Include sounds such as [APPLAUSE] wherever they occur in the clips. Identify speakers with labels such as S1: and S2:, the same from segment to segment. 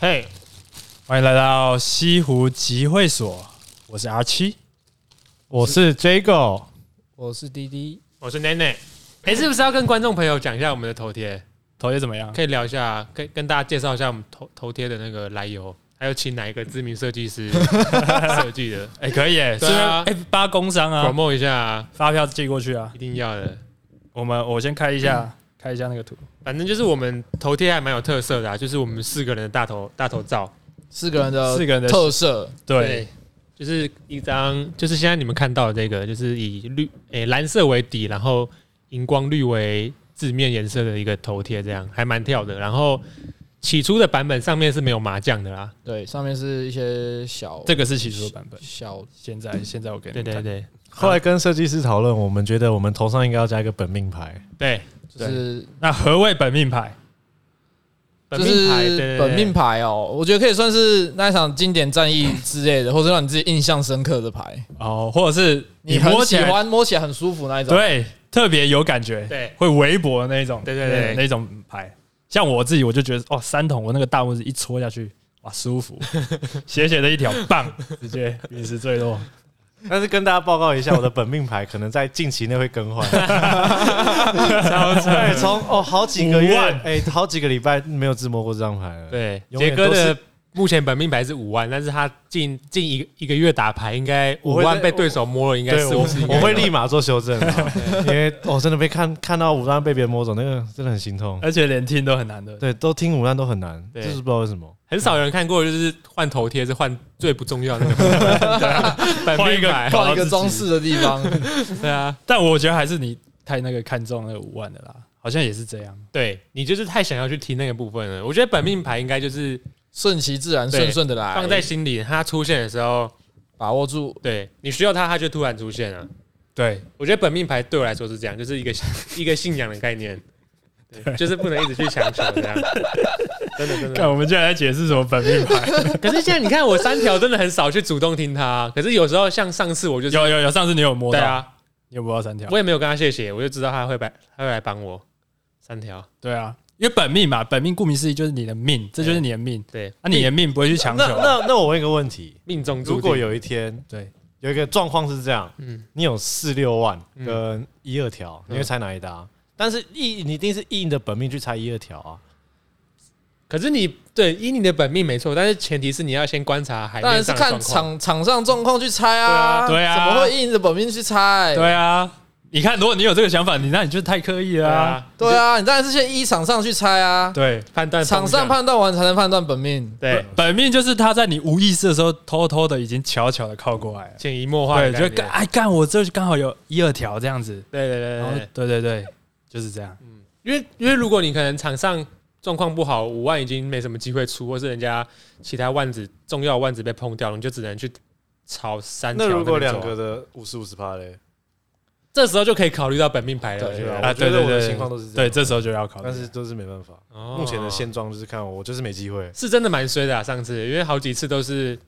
S1: 嘿、欢迎来到西湖集会所，我是阿七，
S2: 我是 Jago，
S3: 我是滴滴，
S4: 我是奈奈。哎、是不是要跟观众朋友讲一下我们的头贴？
S1: 头也怎么样？
S4: 可以聊一下，跟跟大家介绍一下我们头头贴的那个来由，还有请哪一个知名设计
S3: [LAUGHS]
S4: 师设计的
S1: 哎、可以耶、
S4: 对啊
S1: 是不是哎、八工商啊，
S4: ，promo 一下、啊，
S1: 发票寄过去啊
S4: 一。定要的。
S1: 我们我先开一下，开一下那个图，
S4: 反正就是我们头贴还蛮有特色的、啊，就是我们四个人的大头大头照，
S3: 四个人的
S1: 四个人的
S3: 特色，
S1: 对，
S4: 就是一张，就是现在你们看到的这个，就是以绿诶、蓝色为底，然后荧光绿为字面颜色的一个头贴，这样还蛮跳的。然后起初的版本上面是没有麻将的啦，
S3: 对，上面是一些小
S1: 这个是起初的版本。
S3: 小
S1: 现在现在我给你
S4: 对
S1: 们
S4: 对
S1: 看，
S4: 对
S2: 后来跟设计师讨论，我们觉得我们头上应该要加一个本命牌，
S1: 对
S3: 就是
S1: 那何谓本命牌？
S4: 本
S3: 就
S4: 命牌，对对
S3: 是
S4: 对
S3: 本命牌哦，我觉得可以算是那一场经典战役之类的，或者让你自己印象深刻的牌，
S1: 哦，或者是
S3: 你
S1: 摸
S3: 很
S1: 起
S3: 喜
S1: 来
S3: 欢，摸起来很舒服那一种。
S1: 对，特别有感觉，
S4: 对
S1: 会微薄的那一种，
S4: 对对对
S1: 那一种牌。像我自己，我就觉得哦，三筒我那个大拇指一戳下去，哇，舒服， [LAUGHS] 斜斜的一条棒， [LAUGHS] 直接陨石坠落。
S2: [LAUGHS] 但是跟大家报告一下，我的本命牌可能在近期内会更 [LAUGHS] 换，对，从哦好几个
S1: 五
S2: 月，
S1: 万
S2: 哎、好几个礼拜没有自摸过这张牌了，，
S4: 对，
S2: 永
S4: 杰
S2: 远
S4: 哥
S2: 都是
S4: 的目前本命牌是五万，但是他近近一个一个月打牌，应该五
S2: 我会
S4: 万
S2: 在
S4: 被对手摸了，应该
S2: 对
S4: 是
S2: 我
S4: 不是？
S2: 我会立马做修正 [LAUGHS] 啊，因为我、真的被看看到五万被别人摸走，那个真的很心痛，
S1: 而且连听都很难的。
S2: 对，都听五万都很难，就
S4: 对
S2: 是不知道为什么，
S4: 很少有人看过，就是换头贴是换最不重要的那个对
S2: [LAUGHS]
S4: 啊本
S1: 换一
S4: 命
S1: 个
S4: 牌，
S3: 换一个装饰的地方，
S1: [LAUGHS]
S4: 对啊。
S1: 但我觉得还是你太那个看中那个五万的啦，好像也是这样。
S4: 对你就是太想要去听那个部分了。我觉得本命牌应该就是
S3: 顺其自然，
S4: 对
S3: 顺顺的来，
S4: 放在心里，它出现的时候，
S3: 把握住。
S4: 对你需要它，它就突然出现了。
S1: 对，
S4: 我觉得本命牌对我来说是这样，就是一个 [LAUGHS] 一个信仰的概念，对，就是不能一直去强求这样。 [LAUGHS] 真的真
S1: 看
S4: 的，
S1: 我们居然在解释什么本命
S4: [LAUGHS]
S1: 牌。
S4: 可是现在你看我三条真的很少去主动听它，可是有时候像上次我就是
S1: 有有有，上次你有摸
S4: 对
S1: 到，
S4: 啊，
S1: 你有摸到三条
S4: 我。也没有跟他谢谢，我就知道他会来他会来帮我三条，
S1: 对啊，因为本命嘛，本命顾名思义就是你的命，这就是你的命。
S4: 对，
S1: 啊，你的命不会去强求
S2: 那
S1: 啊。
S2: 那那我问一个问题，
S4: 命中注定
S2: 如果有一天
S1: 对，
S2: 有一个状况是这样，
S4: 嗯
S2: 你有四六万跟一二条，你会猜哪一搭？但是一你一定是以你的本命去猜一二条啊，
S4: 可是你对依你的本命没错，但是前提是你要先观察海
S3: 当然
S4: 面
S3: 是
S4: 上的状
S3: 看
S4: 况。
S3: 场场上状况去猜啊，
S1: 对啊对啊
S3: 怎么会应着本命去猜？
S1: 对啊，你看，如果你有这个想法，你那你就是太刻意了
S4: 对
S1: 啊。
S4: 啊，
S3: 对啊，你当然是先依场上去猜啊，
S1: 对，
S4: 判断
S3: 场上
S4: 风向
S3: 判断完才能判断本命。
S4: 对
S1: 本命就是他在你无意识的时候，偷偷的已经悄悄的靠过来了。
S4: 潜移默化
S1: 对，
S4: 的概念，
S1: 就干哎干，我这刚好有一二条这样子。
S4: 对对对
S1: 然后
S4: 对对，
S1: 对对对，就是这样。
S4: 因为因为如果你可能场上状况不好，五万已经没什么机会出，或是人家其他万子重要的万子被碰掉了，你就只能去炒三条
S2: 那
S4: 边走啊。
S2: 如果两个的五十五十趴嘞，
S4: 这时候就可以考虑到本命牌了，
S2: 对
S4: 吧
S2: 啊
S1: 啊，
S2: 我觉
S1: 对
S2: 得
S1: 对
S2: 我的
S1: 对，
S2: 情况都是这
S1: 对，
S2: 样
S1: 这时候就要考虑。
S2: 但是都是没办法。
S4: 哦
S2: 目前的现状就是看我就是没机会，
S4: 是真的蛮衰的啊！上次因为好几次都是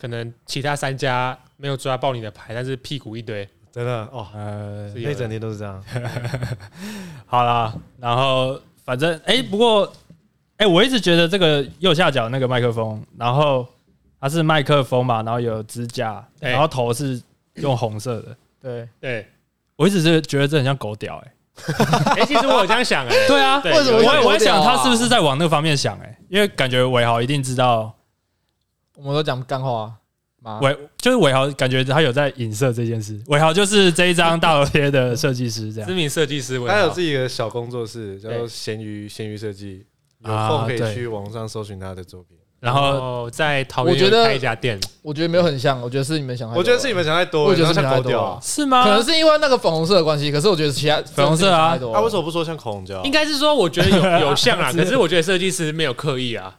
S4: 可能其他三家没有抓爆你的牌，但是屁股一堆，
S2: 真的哦，
S1: 呃，
S4: 是有
S2: 那
S4: 的
S2: 一整天都是这样。
S1: 好啦，然后反正哎、不过哎、我一直觉得这个右下角那个麦克风，然后它是麦克风嘛，然后有支架，
S4: 哎
S1: 然后头是用红色的，
S3: 对，
S4: 对，
S1: 我一直是觉得这很像狗屌哎、
S4: 哎、其实我有这样想哎、
S1: 对啊，
S4: 对
S3: 为什么
S1: 我
S3: 会
S1: 也我也
S3: 狗屌
S1: 想
S3: 啊
S1: 他是不是在往那个方面想哎、因为感觉伟豪一定知道
S3: 我们都讲干话嘛，
S1: 伟就是伟豪，感觉他有在影射这件事。伟豪就是这一张大头贴的设计师，这样
S4: 知名设计师我也
S2: 他
S4: 好，
S2: 有自己的小工作室，叫做
S4: 对
S2: 咸鱼咸鱼设计，有
S1: 啊
S2: 空可
S1: 对
S2: 以去网上搜寻他的作品。
S1: 然
S4: 然
S1: 后
S4: 后在桃园
S3: 我觉
S4: 有
S3: 得
S4: 开一家店，
S3: 我觉得没有很像，我觉得是你们想太多
S2: 啊我
S3: 了，
S2: 觉得是你们想太多
S3: 我
S2: 了，
S3: 觉得
S2: 然后
S3: 是
S2: 像狗
S3: 想太多
S2: 屌
S3: 了
S2: 啊。
S1: 是吗？
S3: 可能是因为那个粉红色的关系，可是我觉得其他
S1: 粉红色啊
S3: 真的是差太多了
S2: 他为什么不说像口红胶
S4: [LAUGHS] 应？该是说我觉得 [LAUGHS] 有有像啊，
S1: 是
S4: 可是我觉得设计师没有刻意啊，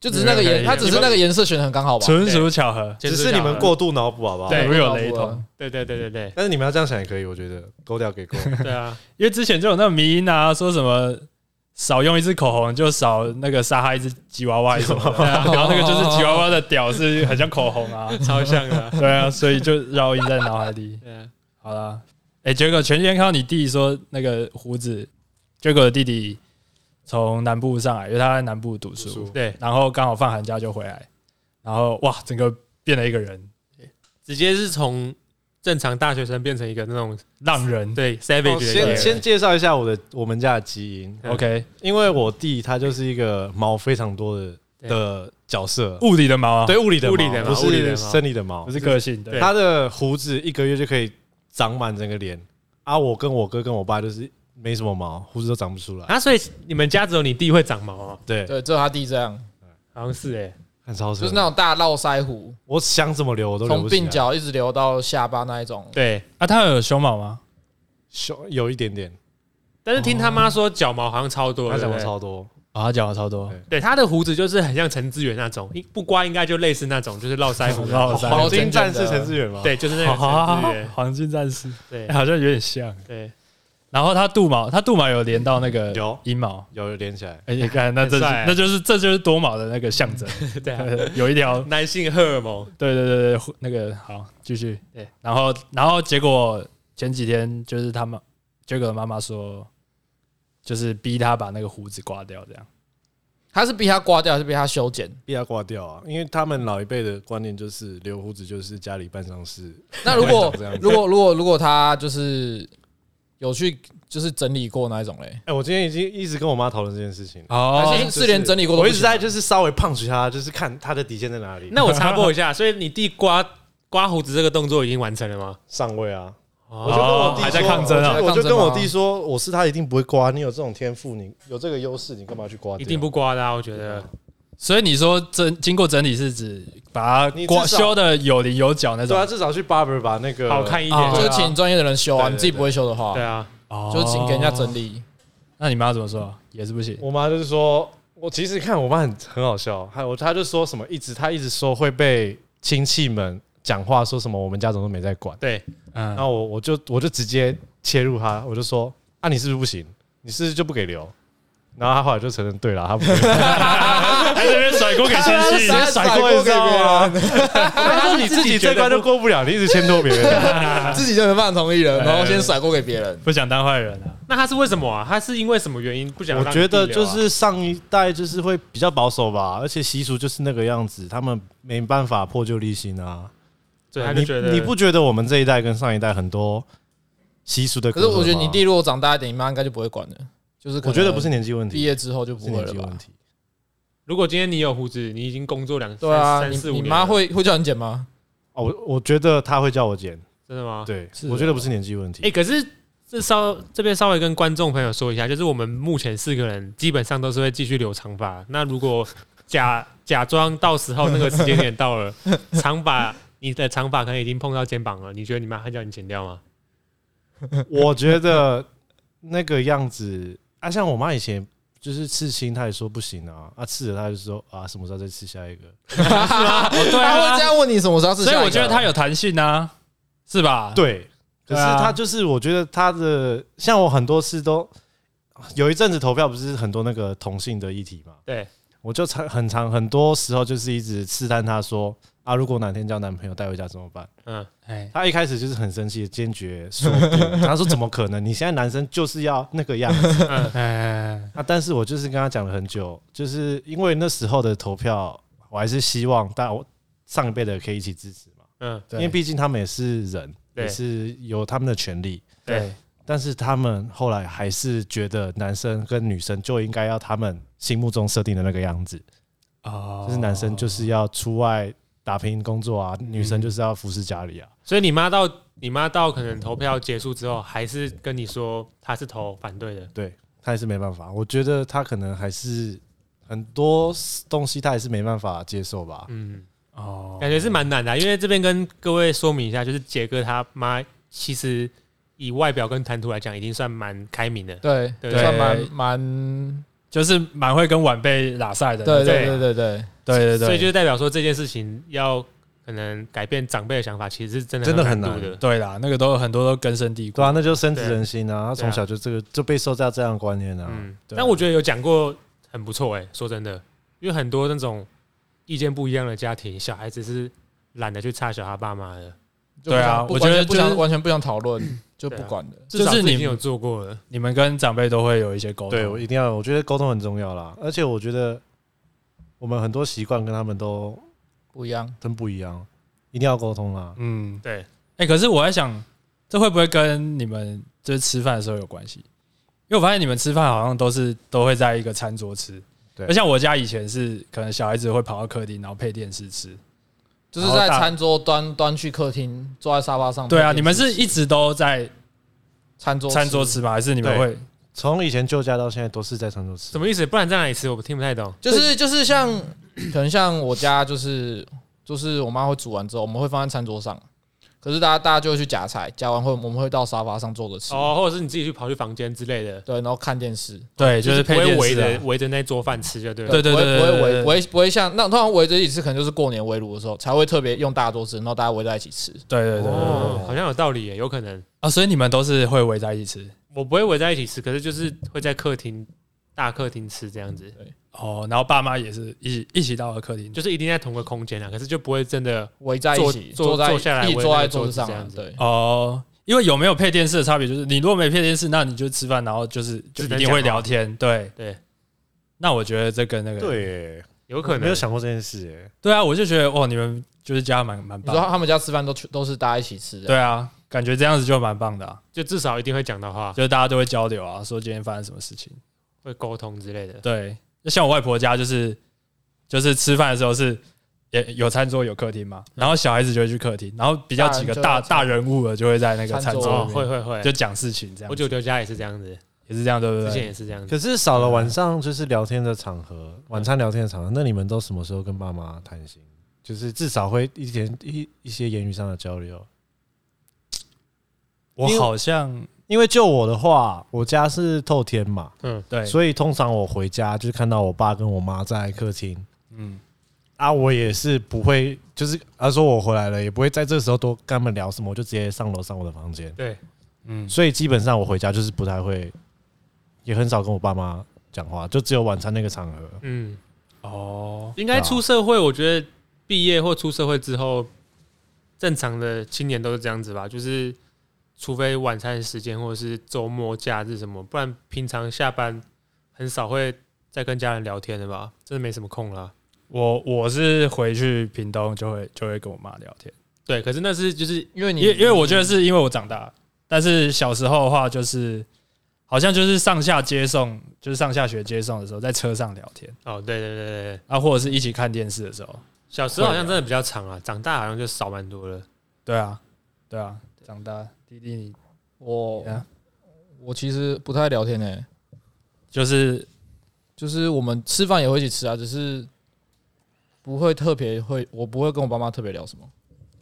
S3: 就只是那个
S4: 你们
S3: 颜，他只是那个颜色选的很刚好吧？
S1: 纯属巧合，
S2: 只是你们过，度脑补好不好？
S4: 对
S1: 如有雷同。
S4: 啊对对对对对
S2: 但是你们要这样想也可以，我觉得狗屌给过。
S4: 对啊，
S1: 因为之前就有那种迷因啊，说什么少用一支口红就少那个杀害一只吉娃娃什么 [LAUGHS] 的，然后那个就是吉娃娃的屌是很像口红啊，
S4: 超像的啊、 [LAUGHS]
S1: 对啊，所以就绕印在脑海里。
S4: 对啊，
S1: 好啦，哎、结果全天看到你弟说那个胡子，结果弟弟从南部上来，因为他在南部读书，
S4: 对，
S1: 然后刚好放寒假就回来，然后哇，整个变了一个人，
S4: 直接是从正常大学生变成一个那种
S1: 浪人。
S4: 对
S2: 哦
S4: savage 的一个
S2: 先
S4: 人
S2: 先介绍一下我的我们家的基因，
S1: OK，
S2: 因为我弟他就是一个毛非常多的
S4: 对
S2: 的角色，
S1: 物理的毛啊，
S2: 对物理的
S4: 物理哦的
S2: 毛，
S4: 毛
S2: 不
S4: 物理的
S2: 是
S4: 毛
S2: 生理的毛
S1: 不，是个性
S4: 对
S1: 的。
S2: 他的胡子一个月就可以长满整个脸。啊，我跟我哥跟我爸就是没什么毛，胡子都长不
S4: [LAUGHS]
S2: 出来。
S4: 啊，所以你们家只有你弟会长毛哦，
S2: 对，
S3: 对，只有他弟这样，
S4: 好像是哎、
S2: 很超扯
S3: 就是。那种大络腮胡，
S2: 我想怎么留我都留
S3: 从
S2: 不起来
S3: 鬓角一直留到下巴那一种。
S4: 对，
S1: 啊，他有胸毛吗？
S2: 胸有一点点，
S4: 但是听他妈说脚哦毛好像超多，
S2: 他长
S4: 对不
S2: 得
S4: 对
S2: 超多。
S1: 啊，他讲的超多
S2: 对，
S4: 对，他的胡子就是很像陈志远那种，一不刮应该就类似那种，就是络腮胡
S1: 绕腮
S2: 黄
S1: 胡
S2: 金战
S3: 真
S2: 士
S3: 的
S2: 陈志远吗？，
S4: 对，就是那
S1: 好好好
S4: 个陈
S1: 好
S4: 志远，
S1: 黄金战士，
S4: 对
S1: 哎好像有点像。
S4: 对，
S1: 然后他肚毛，他肚毛有连到那个
S2: 有
S1: 阴毛，
S2: 有有连起来。
S1: 哎，你看，那这
S4: 很帅
S1: 那就是这就是多毛的那个象
S4: [LAUGHS]
S1: 征，
S4: 对啊，
S1: 有一条
S4: [LAUGHS] 男性荷尔蒙，
S1: 对对对对，那个好，继续。
S4: 对，
S1: 然后然后结果前几天就是他们杰哥的妈妈说，就是逼他把那个胡子刮掉，这样。
S3: 他是逼他刮掉，还是逼他修
S2: [LAUGHS]
S3: 剪？
S2: 必要挂掉啊，因为他们老一辈的观念就是留胡子就是家里办丧事。
S3: 那如果
S2: 不会长这样子
S3: 如果如果如果他就是有去就是整理过那一种嘞，
S2: 哎、我今天已经一直跟我妈讨论这件事情，
S1: 哦
S3: 还是是连啊整理过都
S2: 我
S3: 不
S2: 一直
S3: 行啊
S2: 在就是稍微胖取她，就是看她的底线在哪里。
S4: 那我插播一下，所以你弟刮刮胡子这个动作已经完成了吗？
S2: 上位啊，我就跟我
S4: 哦
S2: 弟说
S1: 还在抗争啊
S2: 我就我就跟
S3: 还
S2: 我
S3: 在抗争
S2: 弟
S3: 吗
S2: 说，我是他一定不会刮，你有这种天赋，你有这个优势，你干嘛去刮掉？
S4: 一定不刮的啊，我觉得。
S1: 所以你说整经过整理是指把它
S2: 你
S1: 刮
S2: 至少
S1: 修的有棱有角那
S2: 对
S1: 种
S2: 啊，，至少去 barber 把那个
S4: 好看一
S1: 啊
S4: 点
S3: 就
S4: 就，
S3: 是请专业的人修啊，
S2: 对对对
S3: 你自己不会修的话
S4: 对，啊，
S1: 哦
S3: 就请给人家整。理。
S1: 那你妈怎么说？也是不行。
S2: 我妈就是说，我其实看我妈很很好笑，还有她就说什么一直她一直说会被亲戚们讲话说什么我们家怎么都没在管，
S4: 对，
S1: 嗯
S2: 然，后我我就我就直接切入她，我就说啊你是不是不行？你是不是就不给留？然后她后来就承认对了，她不给留
S1: 哎还在那边甩 [LAUGHS] 锅给亲戚，
S3: 他甩锅
S2: 你知
S3: 给
S2: 道
S3: 别
S1: [LAUGHS]
S2: 吗？
S3: 人， [LAUGHS]
S2: 她说你自己这关都过不了，你一直牵拖别人，
S3: 自己就没办法同意
S1: 哎
S3: 了，然后先甩锅给别人。
S1: 不想当坏人
S4: [LAUGHS]
S1: 啊。
S4: 那他是为什么啊？他是因为什么原因不想
S2: 我
S4: 让你弟
S2: 觉
S4: 留啊？
S2: 得就是上一代就是会比较保守吧，而且习俗就是那个样子，他们没办法破旧立新啊。
S4: 所以
S2: 对
S4: 他就觉得
S2: 你你不觉得我们这一代跟上一代很多习俗的
S3: 可
S2: 隔阂
S3: 是
S2: 吗？
S3: 我觉得你弟如果长大一点，你妈应该就不会管了。就是可能
S2: 我觉得不是年纪问
S3: 毕
S2: 题，
S3: 业之后就
S2: 不
S3: 不
S2: 是
S3: 会
S2: 年
S3: 了
S2: 纪
S3: 吧
S2: 问？题。
S4: 如果今天你有胡子，你已经工作两
S3: 对啊，
S4: 三
S3: 你
S4: 四五
S3: 你
S4: 年了，
S3: 妈会会叫你剪吗？
S2: 哦，我我觉得他会叫我剪，
S4: 真的吗？
S2: 对
S1: 是，
S2: 我觉得不是年纪问题。
S4: 哎、可是这稍这边稍微跟观众朋友说一下，就是我们目前四个人基本上都是会继续留长发。那如果假假装到时候那个时间点到了， [LAUGHS] 长发你的长发可能已经碰到肩膀了，你觉得你妈会叫你剪
S1: [LAUGHS]
S4: 掉吗？
S2: 我觉得那个样子啊，像我妈以前就是刺青，她也说不行啊，啊刺了她就说啊什么时候再刺下一个？
S1: 对
S4: [LAUGHS]
S3: 他会这
S1: 啊，
S3: 样问你什么时候是下
S1: 所
S3: 一
S1: 以
S3: 个？
S1: 我觉得他有弹性啊，是吧？，
S2: 对，可
S1: 对
S2: 是
S1: 啊
S2: 她就是我觉得她的像我很多次都有一阵子投票不是很多那个同性的议题嘛，
S4: 对，
S2: 我就常很常很多时候就是一直试探她说啊，如果哪天交男朋友带回家怎么办？
S4: 嗯，
S1: 哎，
S2: 她一开始就是很生气，坚决说不，她说怎么可能？你现在男生就是要那个样子
S1: 哎，
S2: 啊！但是我就是跟她讲了很久，就是因为那时候的投票，我还是希望大我上一辈的可以一起支持嘛，
S4: 嗯，
S2: 因
S1: 对
S2: 为毕竟他们也是人，
S4: 对
S2: 也是有他们的权利。
S1: 对，
S2: 但是他们后来还是觉得男生跟女生就应该要他们心目中设定的那个样子，
S1: 哦
S2: 就是男生就是要出外打拼工作啊，女生就是要服侍家里啊。
S4: 所以你妈到你妈到可能投票结束之后，还是跟你说她是投反对的。
S2: 对他也是没办法，我觉得他可能还是很多东西他还是没办法接受吧。
S4: 嗯，
S1: 哦
S4: 感觉是蛮难的啊、因为这边跟各位说明一下，就是杰哥他妈其实以外表跟谈吐来讲，已经算蛮开明的。
S3: 对，
S4: 对
S3: 算蛮蛮
S1: 就是蛮会跟晚辈拉赛的那
S3: 对
S1: 种，
S3: 对对对对，
S1: 对对
S4: 所
S1: 对，
S4: 以就代表说这件事情要可能改变长辈的想法，其实是真的
S2: 真的
S4: 很
S2: 很
S4: 难
S2: 难
S4: 度的。
S1: 对啦，那个都很多都根深蒂固
S2: 对啊，那就深植人心啊！他从小就这个就被受到这样的观念啊。
S4: 嗯，
S2: 对
S4: 但我觉得有讲过很不错哎、说真的，因为很多那种意见不一样的家庭，小孩子是懒得去插小他爸妈的。
S3: 就不想
S1: 对啊
S3: 不
S1: 我觉得
S3: 完全
S1: 就是
S3: 不
S1: 嗯啊
S3: 想完全不想讨论，就不管了。
S1: 就是
S4: 至少
S1: 你
S4: 自己已经有做过了，
S1: 你们跟长辈都会有一些沟通，
S2: 哦对我一定要，我觉得沟通很重要啦。而且我觉得我们很多习惯跟他们都
S3: 不一样，
S2: 真不一样，一定要沟通啊啦。
S1: 嗯，
S4: 对。
S1: 哎、可是我在想，这会不会跟你们就是吃饭的时候有关系？因为我发现你们吃饭好像都是都会在一个餐桌吃，
S2: 对
S1: 而像我家以前是可能小孩子会跑到客厅，然后配电视吃。
S3: 就是
S1: 然后
S3: 在
S1: 大
S3: 餐桌端端去客厅，坐在沙发上。
S1: 对啊，你们是一直都在
S3: 餐桌
S1: 餐桌，吃吗？还是你们
S2: 对
S1: 会？
S2: 从以前旧家到现在都是在常州吃
S4: 什，么意思？不然在哪里吃？我听不太懂。
S3: 就是就是像可能像我家就是就是我妈会煮完之后，我们会放在餐桌上，可是大家大家就会去夹菜，夹完会我们会到沙发上坐着吃，
S4: 哦，或者是你自己去跑去房间之类的，
S3: 对，然后看电视。
S1: 对，就是
S4: 不
S1: 配
S4: 会
S1: 电
S4: 围
S1: 视、
S4: 着
S1: 啊。
S4: 围着那桌饭吃就对了。
S1: 对对
S3: 不会
S1: 对
S3: 不
S1: 对
S3: 会
S1: 对
S3: 围围不会像那通常围着一起吃，可能就是过年围炉的时候才会特别用大桌子，然后大家围在一起吃。
S1: 对对对对对
S4: 哦，好像有道理耶，有可能。
S1: 啊！所以你们都是会围在一起吃
S4: 我不会围在一起吃，可是就是会在客厅大客厅吃这样子，
S1: 哦，然后爸妈也是一起一起到了客厅，就
S4: 就是一定在同个空间啊，可是就不会真的
S3: 围在一起，
S4: 坐坐
S3: 坐在
S4: 坐下来
S3: 一起
S4: 围
S3: 坐
S4: 那
S3: 在
S4: 个
S3: 桌
S4: 桌
S3: 子
S4: 子
S3: 上
S4: 这
S3: 啊
S4: 样，子
S3: 对，
S1: 哦，因为有没有配电视的差别，就是你如果没配电视，那你就吃饭，然后就是就
S4: 只
S1: 一
S4: 能
S1: 定会
S4: 讲
S1: 聊
S4: 话
S1: 天，对
S4: 对。
S1: 那我觉得这跟那个
S2: 对，
S4: 有
S2: 我
S4: 可
S2: 没
S4: 能
S2: 有。想过这件事耶。
S1: 对啊，我就觉得哇，你们就是家蛮蛮
S3: 你
S1: 棒
S3: 说
S1: 的，啊
S3: 他们家吃饭都去都是大家一起吃的，
S1: 对啊，感觉这样子就蛮棒的、啊，
S4: 就至少一定会讲到话，
S1: 就是大家都会交流啊，说今天发生什么事情。
S4: 会沟通之类的。
S1: 对，就像我外婆家就是就是吃饭的时候是也有餐桌有客厅嘛，然后小孩子就会去客厅，然后比较几个大
S3: 大
S1: 大人物了就会在那个
S3: 餐
S1: 餐
S3: 桌
S1: 桌
S4: 哦，
S1: 里
S4: 会
S1: 面
S4: 会会
S1: 就。讲事情这样
S4: 我，舅舅家也是这样子，
S1: 也是这样对不
S4: 之前
S1: 对？
S4: 也是这样子。
S2: 可是少了晚上就是聊天的场合，晚餐聊天的场合，那你们都什么时候跟爸妈谈心？就是至少会一点一一些言语上的交流。
S1: 我
S2: 因为
S1: 好像
S2: 因为就我的话，我家是透天嘛，
S4: 嗯，
S1: 对，
S2: 所以通常我回家就是看到我爸跟我妈在客厅，
S1: 嗯，
S2: 啊，我也是不会，就是他说我回来了，也不会在这时候多跟他们聊什么，我就直接上楼上我的房间。
S4: 对，
S1: 嗯，
S2: 所以基本上我回家就是不太会，也很少跟我爸妈讲话，就只有晚餐那个场合。
S4: 嗯，
S1: 哦，
S4: 应该出社会，我觉得毕业或出社会之后，正常的青年都是这样子吧，就是除非晚餐时间或者是周末假日什么，不然平常下班很少会再跟家人聊天的吧，真的没什么空啦。
S1: 我我是回去屏东就会就会跟我妈聊天，
S4: 对，可是那是就是
S3: 因为你
S1: 因为因为我觉得是因为我长大，但是小时候的话就是。好像就是上下接送，就是上下学接送的时候，在车上聊天
S4: 哦，对对对对对，
S1: 啊，或者是一起看电视的时候，
S4: 小时候好像真的比较长啊，长大好像就少蛮多了。
S1: 对啊，对啊，长大弟弟你
S3: 我
S1: 啊
S3: 我其实不太聊天欸诶、
S1: 就是
S3: 就是我们吃饭也会一起吃啊，只是不会特别会，我不会跟我爸妈特别聊什么，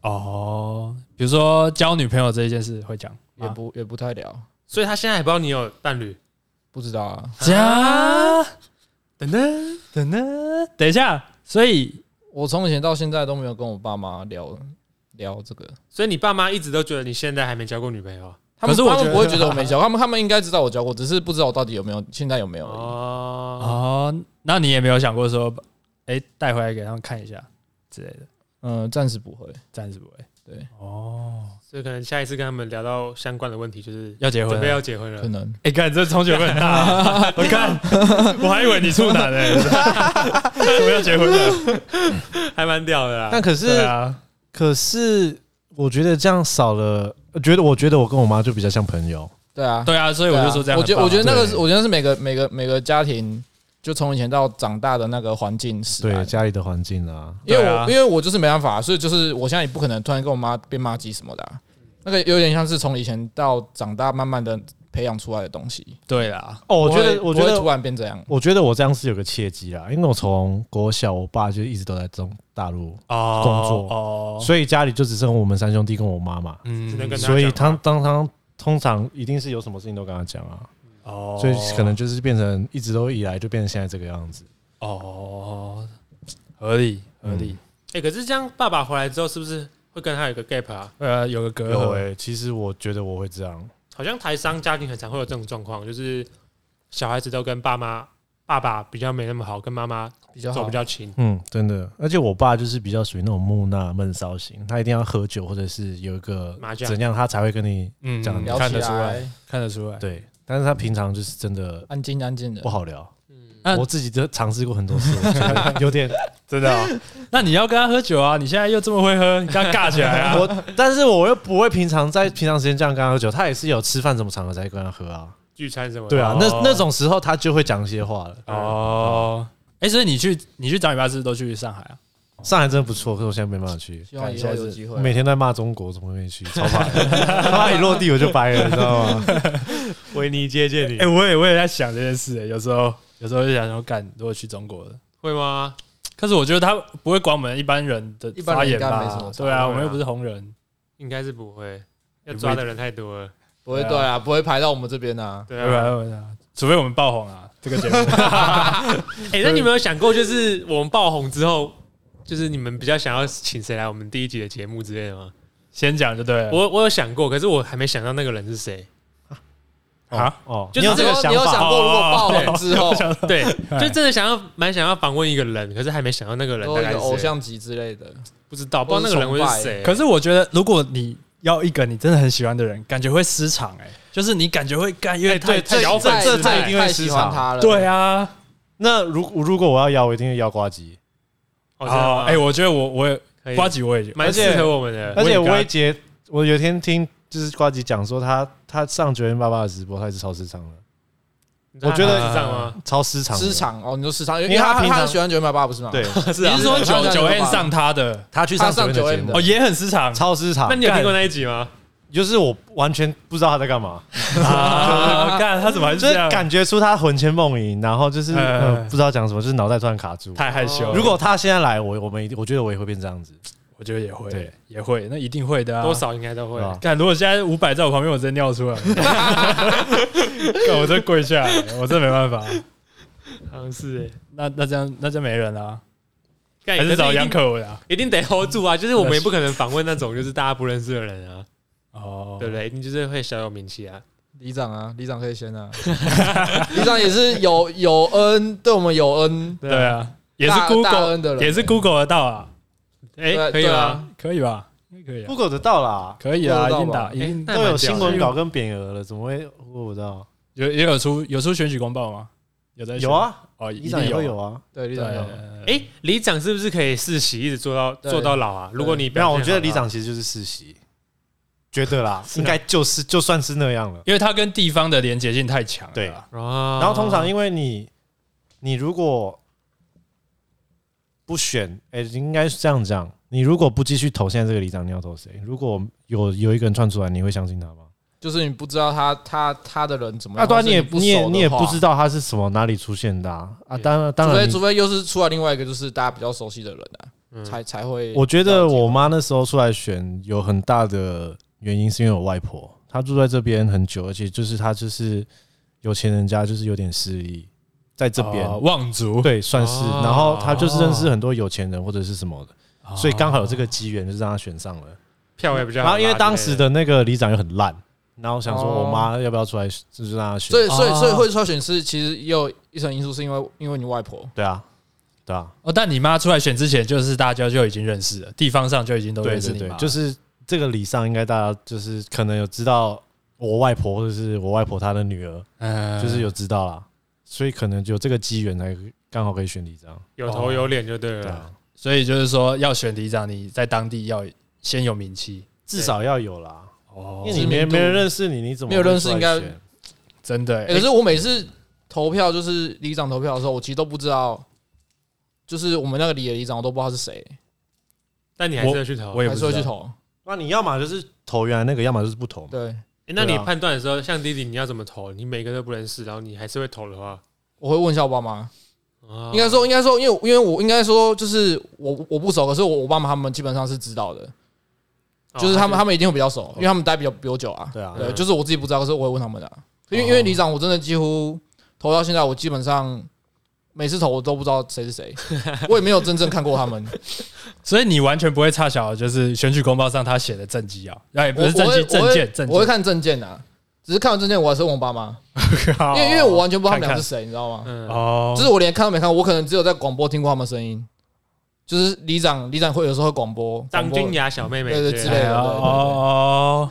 S1: 哦，比如说交女朋友这一件事会讲
S3: 也
S1: 吗，
S3: 不也不太聊，
S4: 所以他现在还不知道你有伴侣，
S3: 不知道啊。
S1: 加
S4: 等等，
S1: 等等等一下，所以
S3: 我从以前到现在都没有跟我爸妈聊聊这个，
S4: 所以你爸妈一直都觉得你现在还没交过女朋友
S3: 他们
S1: 可是我
S3: 他们
S1: 觉得
S3: 不会觉得我没教过，他们他们应该知道我教过，只是不知道我到底有没有，现在有没有而已。
S4: 哦，
S1: 哦，那你也没有想过说，哎，带回来给他们看一下之类的，
S3: 嗯，暂时不会。
S1: 暂时不会。
S3: 对，
S1: 哦，
S4: 所以可能下一次跟他们聊到相关的问题，就是
S1: 要结婚
S4: 准备
S1: 了？
S4: 要结婚了
S3: 可。能
S1: 哎，看这冲突会很大 [LAUGHS] 啊，我看我还以为你处男呢， [LAUGHS] 怎么要结婚了？
S4: 还蛮屌的啦。
S2: 但可
S1: 对
S2: 是，
S1: 啊，
S2: 可是我觉得这样少了，呃觉得我觉得我跟我妈就比较像朋友。
S3: 对啊，
S1: 对啊，所以
S3: 对
S1: 我
S3: 啊
S1: 就说这样
S3: 我觉
S1: 很棒啊，
S3: 得我觉得那个是，
S2: 对
S3: 我觉得是每个每个每个家庭，就从以前到长大的那个环境啊使
S2: 对
S3: 然。
S2: 家里的环境啊，
S3: 因为
S1: 对
S3: 我、
S1: 啊
S3: 因为我就是没办法，所以就是我现在也不可能突然跟我妈变骂鸡什么的啊、那个有点像是从以前到长大慢慢的培养出来的东西。
S1: 对啦，
S2: 哦，我觉
S3: 不会
S2: 得，我觉
S3: 不会突
S2: 得，
S3: 然变这样，
S2: 我觉得我这样是有个契机啦，因为我从国小，我爸就一直都在中大陆，
S1: 哦，
S2: 工作
S1: 哦，
S2: 所以家里就只剩我们三兄弟跟我妈嘛。
S1: 嗯
S4: 只能跟他
S2: 所以
S4: 讲
S2: 他
S4: 话
S2: 当他通常一定是有什么事情都跟他讲啊，
S1: 哦，
S2: 所以可能就是变成一直都以来就变成现在这个样子。
S1: 哦，嗯合理合理，
S4: 哎、可是这样爸爸回来之后，是不是会跟他有一个 gap 啊？
S1: 呃，有个隔
S2: 有
S1: 阂，
S2: 诶、其实我觉得我会这样，
S4: 好像台商家庭很常会有这种状况，就是小孩子都跟爸妈、爸爸比较没那么好，跟妈妈
S3: 比较
S4: 走
S3: 好
S4: 比。较亲。
S2: 嗯，真的。而且我爸就是比较属于那种木讷闷骚型，他一定要喝酒或者是有一个
S4: 麻将
S2: 怎样，他才会跟你
S1: 嗯
S2: 讲
S3: 聊
S1: 看
S3: 起
S1: 得出
S3: 来
S1: 来，，看得
S4: 哎
S1: 出来。
S2: 对。但是他平常就是真的
S3: 安静安静的
S2: 不。好聊。
S1: 那
S2: 我自己都尝试过很
S4: [LAUGHS]
S2: 多次，我觉得有点
S1: 真的、那你要跟他喝酒啊！你现在又这么会喝，你跟他尬起来啊！
S2: 我，但是我又不会平常在平常时间这样跟他喝酒，他也是有吃饭什么场合才跟他喝啊。
S4: 聚餐什么的？
S2: 对啊
S1: 哦，
S2: 那那种时候他就会讲一些话了。
S1: 哦，哎、所以你去你去找你爸是不是都去上海啊？
S2: 上海真的不错，可是我现在没办法去。
S3: 希望以后
S2: 感谢
S3: 有机会
S2: 每天在骂中国，怎么会没去？超烦， [LAUGHS] 他妈一落地我就掰了，你知道吗？
S4: 维尼接见你
S1: 哎、我也我也在想这件事、欸，有时候有时候就想说，干如果去中国的，
S4: 会吗？
S1: 可是我觉得他不会管我们一般人的
S3: 一般人
S1: 发言
S3: 应该没什
S1: 吧
S3: 么？差
S1: 对啊，
S4: 对啊
S1: 我们又不是红人，
S4: 应该是不会，要抓的人太多了。
S3: 不会
S1: 对啊
S3: 对啊，不会排到我们这边啊。
S4: 对
S1: 对吧、
S4: 啊，
S1: 对啊？除非我们爆红啊，这个节 [LAUGHS] 目。
S4: 哎、那你有没有想过，就是我们爆红之后，就是你们比较想要请谁来我们第一集的节目之类的吗？
S1: 先讲就对了。
S4: 我我有想过，可是我还没想到那个人是谁。
S1: 啊，
S2: 哦，
S4: 就是
S2: 你有这个
S3: 你
S2: 想
S3: 有
S2: 法
S3: 想过如果爆红之
S2: [LAUGHS]
S3: 后，
S1: [LAUGHS]
S4: 对，就真的想要蛮想要访问一个人，可是还没想到那个人
S3: 如
S4: 大
S3: 果
S4: 概
S3: 哦有
S4: 是
S3: 偶
S4: 谁，
S3: 像级之类的，
S4: 不知道不知道那个人会是谁。
S1: 可是我觉得，如果你要一个你真的很喜欢的人，感觉会失常哎、就是你感觉会干，因为哎太、
S4: 对
S1: 太
S4: 这
S1: 小
S4: 这
S1: 粉
S3: 太
S1: 丝
S2: 这这
S1: 太
S2: 一定会
S3: 太
S2: 失
S3: 喜欢
S2: 常
S3: 他了。
S1: 对，啊，
S2: 那如如果我要邀，我一定会邀瓜吉，
S4: 哦，真的
S1: 哦
S4: 吗，
S1: 哎，我觉得我我也
S4: 可以
S1: 瓜吉我也
S4: 蛮适呃合我们
S1: 我
S4: 的。
S2: 而且
S1: 也跟他
S2: 威杰，我有一天听就是瓜吉讲说他他上九零八八的直播，他也是超时长的，我觉得
S4: 这样吗？
S2: 超时长的，
S3: 市场哦，你说市场，因
S2: 因
S3: 为
S2: 为他
S3: 他
S2: 平常
S3: 他很喜欢九百八，不是吗？
S2: 对，
S4: 是
S1: 你
S4: 啊
S1: 是，说九九 N 上他的
S2: 他去
S3: 他
S2: 上
S3: 上
S2: 九
S3: 90
S2: 零
S3: 的
S2: 的
S1: 哦，也很失常，
S2: 超时长
S4: 那，你有听过
S1: 干
S4: 那一集吗？
S2: 就是我完全不知道他在干嘛，
S1: [LAUGHS] 啊！看他怎么还是
S2: 就是
S1: 这样，
S2: 感觉出他魂牵梦萦，然后就是
S1: 呃
S2: 呃不知道讲什么，就是脑袋突然卡住。
S1: 太害羞了。
S2: 如果他现在来，我我们一定我觉得我也会变这样子，
S1: 我觉得也会
S2: 对，
S1: 也会，那一定会的啊。
S4: 多？少应该都会
S2: 对。吧？
S1: 看，如果现在五百在我旁边，我直接尿出来， [LAUGHS] 干我真跪下来，我真没办法。
S4: 好像是欸
S1: 那那这样那就没人啦，
S4: 哎，
S1: 还
S4: 还
S1: 是找杨
S4: 杨
S1: 可为啊？
S4: 一定得 hold 住啊！就是我们也不可能访问那种就是大家不认识的人啊，
S1: 哦，
S4: 对不对？你就是会小有名气啊。
S3: 里长啊，里长可以先啊， [LAUGHS] 里长也是有有恩，对我们有恩，
S1: 对，啊，也是
S3: 大大
S1: Google
S3: 恩的人，
S1: 也是 Google 得到啊，
S4: 哎，
S3: 对
S4: 可以
S3: 对
S4: 吗
S3: 啊？
S1: 可以吧？应该可以啊，
S2: 不够得到啦，
S1: 可以啊，一
S3: Google
S1: 定
S3: 得到吧
S1: 打，一定
S4: 哎
S2: 都
S4: 那蛮
S2: 有
S4: 屌的
S2: 新闻稿跟匾额了，怎么会够得到？
S1: 有也有出有出选举公报吗？有在选
S2: 有，啊，
S1: 哦，
S2: 里
S1: 一
S2: 长
S1: 定
S2: 也会
S1: 有
S2: 有
S1: 啊。
S2: 啊。
S3: 对里
S1: 对
S3: 长有恩。
S1: 哎，
S4: 哎，里长是不是可以世袭一直做到
S3: 对
S4: 做到老啊？如果你
S2: 没
S4: 表
S2: 有，
S4: 现
S2: 我觉得
S4: 好的
S2: 里
S4: 话
S2: 长其实就是世袭，觉得啦，
S1: 啊
S2: 应该就是就算是那样了。
S1: 因为它跟地方的连结性太强了啦。
S2: 对
S4: 啊，
S2: 然后通常因为你，你如果不选，哎，应该是这样讲，你如果不继续投现在这个里长，你要投谁？如果有有一个人窜出来，你会相信他吗？
S3: 就是你不知道他他他的人怎么
S2: 啊，
S3: 样，
S2: 当然
S3: 或
S2: 你
S3: 是
S2: 也
S3: 不
S2: 你也你也不知
S3: 道，
S2: 道他是什么哪里出现的啊。啊
S4: 对
S2: 当然当
S3: 除非
S2: 然你，
S3: 除非又是出来另外一个就是大家比较熟悉的人啊，
S4: 嗯
S3: 才才会。
S2: 我觉得我妈那时候出来选有很大的原因是因为我外婆，她住在这边很久，而且就是她就是有钱人家，就是有点势力，在这边、
S1: 哦望族，
S2: 对算是，
S4: 哦
S2: 然后她就是认识
S3: 哦
S2: 很多有钱人或者是什么的，
S1: 哦
S2: 所以刚好有这个机缘，就是让她选上了。
S4: 票也比较好啊
S2: 然
S4: 拉
S2: 后因为当
S4: 之类
S2: 时的那个里长又很烂，然后想说
S3: 哦
S2: 我妈要不要出来，就是让她选
S3: 所，以所以
S2: 啊
S1: 哦
S3: 所以会挑选是其实也有一层因素是因为因为你外婆，
S2: 对啊，对啊，
S1: 哦，但你妈出来选之前，就是大家就已经认识了，地方上就已经都
S2: 对
S1: 认识
S2: 对
S1: 你
S2: 对
S1: 妈，了，
S2: 就是这个礼上应该大家就是可能有知道我外婆或者是我外婆她的女儿，
S1: 嗯
S2: 就是有知道啦，所以可能有这个机缘才刚好可以选礼长。
S4: 有头有脸就对
S2: 对
S4: 了。
S2: 啊，
S1: 所以就是说要选里长，你在当地要先有名气
S2: 至少要有啦，
S1: 哦
S2: 因为你没
S3: 知名度
S2: 没人认识你，你怎么
S3: 没有认识
S2: 会出来
S3: 应该
S2: 选
S1: 真的、
S3: 欸
S1: 欸
S3: 可是我每次投票就是里长投票的时候，我其实都不知道，就是我们那个里的里长我都不知道他是谁，
S4: 但你还是要去投
S1: 我。也不
S3: 还
S1: 知
S3: 是
S1: 道
S3: 会去投。
S2: 那你要么就是投原来那个，要么就是不投嘛。
S3: 对，
S4: 欸那你
S2: 对啊
S4: 判断的时候，像弟弟，你要怎么投？你每个都不认识，然后你还是会投的话，
S3: 我会问一下我爸妈。
S4: 啊
S3: 应该说，应该说，因为因为我应该说，就是我我不熟，可是我我爸妈他们基本上是知道的，
S4: 哦
S3: 就是他们他们一定会比较熟，因为他们待比较比我久啊。
S2: 对啊
S3: 对，
S4: 嗯
S3: 就是我自己不知道，可是我会问他们的啊、因为因为里长我真的几乎投到现在，我基本上每次投我都不知道谁是谁，我也没有真正看过他们。
S1: 所以你完全不会 [LAUGHS] 差小，就是选举公报上他写的政绩啊，哎，不
S3: 我
S1: 是政
S3: 我
S1: 绩，
S3: 会
S1: 证件，证
S3: 我会
S1: 件，
S3: 看证件啊，只是看完证件，我还是问我爸妈，
S1: 因
S3: 因为因为我完全不知道他
S1: 哦看
S3: 们俩
S1: 看
S3: 是谁，你知道吗？
S1: [LAUGHS]
S4: 嗯，
S1: 哦，
S3: 就是我连看都没看，我可能只有在广播听过他们声音，就是里长里长会有时候会广播
S4: 张君
S3: 雅，
S4: 雅小妹妹
S3: 对对之类的
S1: 哎呀
S3: 对对对
S1: 哦，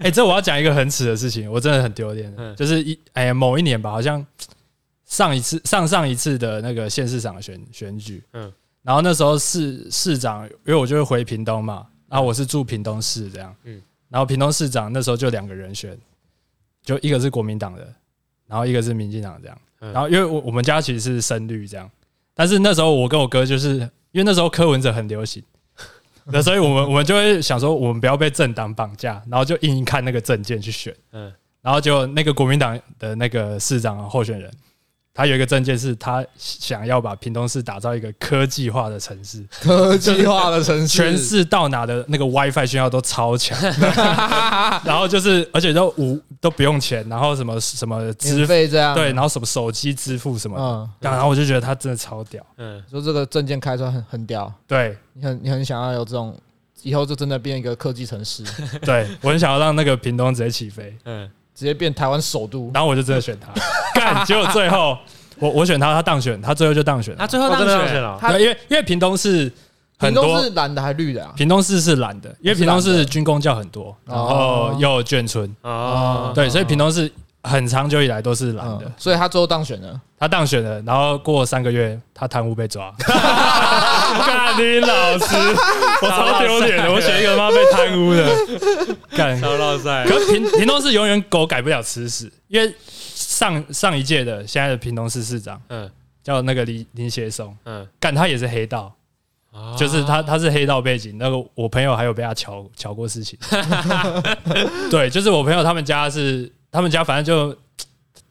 S1: 哎，这我要讲一个很耻的事情，我真的很丢脸的，
S4: 嗯
S1: 就是一哎呀某一年吧，好像上一次上上一次的那个县市长选选举，嗯
S4: 嗯，
S1: 然后那时候市市长，因为我就会回屏东嘛，
S3: 嗯
S1: 然后我是住屏东市这样，嗯
S4: 嗯，
S1: 然后屏东市长那时候就两个人选，就一个是国民党的，然后一个是民进党这样，
S4: 嗯
S1: 然后因为我我们家其实是深绿这样，但是那时候我跟我哥就是因为那时候柯文哲很流行。
S3: [LAUGHS]
S1: 那所以我们我们就会想说，我们不要被政党绑架，然后就硬硬看那个证件去选。
S4: 嗯，
S1: 然后就那个国民党的那个市长候选人，他有一个证件是他想要把屏东市打造一个科技化的城市，
S3: 科技化的城市，
S1: 全市到哪的那个 WiFi 信号都超
S3: [LAUGHS]
S1: 强，然后就是而且都无都不用钱，然后什么什么支
S3: 免
S1: 付
S3: 费这样，
S1: 对，然后什么手机支付什么的，
S3: 嗯，
S1: 然后我就觉得他真的超屌，
S4: 嗯，
S3: 说这个证件开出来很很屌，
S1: 对
S3: 你很你很想要有这种，以后就真的变一个科技城市， [LAUGHS] 直
S1: 对，我很想要让那个屏东直接起飞。
S4: 嗯，
S2: 哦
S3: 接变台湾首都。
S1: 然后我就真的选他， [LAUGHS] 干，结果最后我我选他，他当选，他最后就当选了
S4: 他。最后
S2: 哦
S4: 当
S2: 真的当选
S4: 选，
S2: 了，
S3: 他
S1: 对因为因为屏东市很
S3: 屏东
S1: 多
S3: 是，蓝的还绿的啊？
S1: 屏东市是蓝的，因为
S3: 是
S1: 屏
S3: 蓝
S1: 东
S3: 的
S1: 市军工教很多，然后又有眷村，
S4: 哦，
S1: 对，所以屏东市很长久以来都是蓝的
S3: 嗯。，所以他最后当选了。
S1: 他当选了，然后过三个月他贪污被
S3: [LAUGHS]
S1: 抓，干你老师，我超丢脸的，我选一个妈被贪污的，干。
S4: 烧烙赛，
S1: [LAUGHS] 可是屏屏东市永远狗改不了吃屎，因为上上一届的现在的屏东市市长
S4: 嗯
S1: 叫那个林林协松，
S4: 嗯，
S1: 干他也是黑道，
S4: 哦
S1: 就是他他是黑道背景，那个我朋友还有被他瞧瞧过事情。对，就是我朋友他们家是他们家，反正就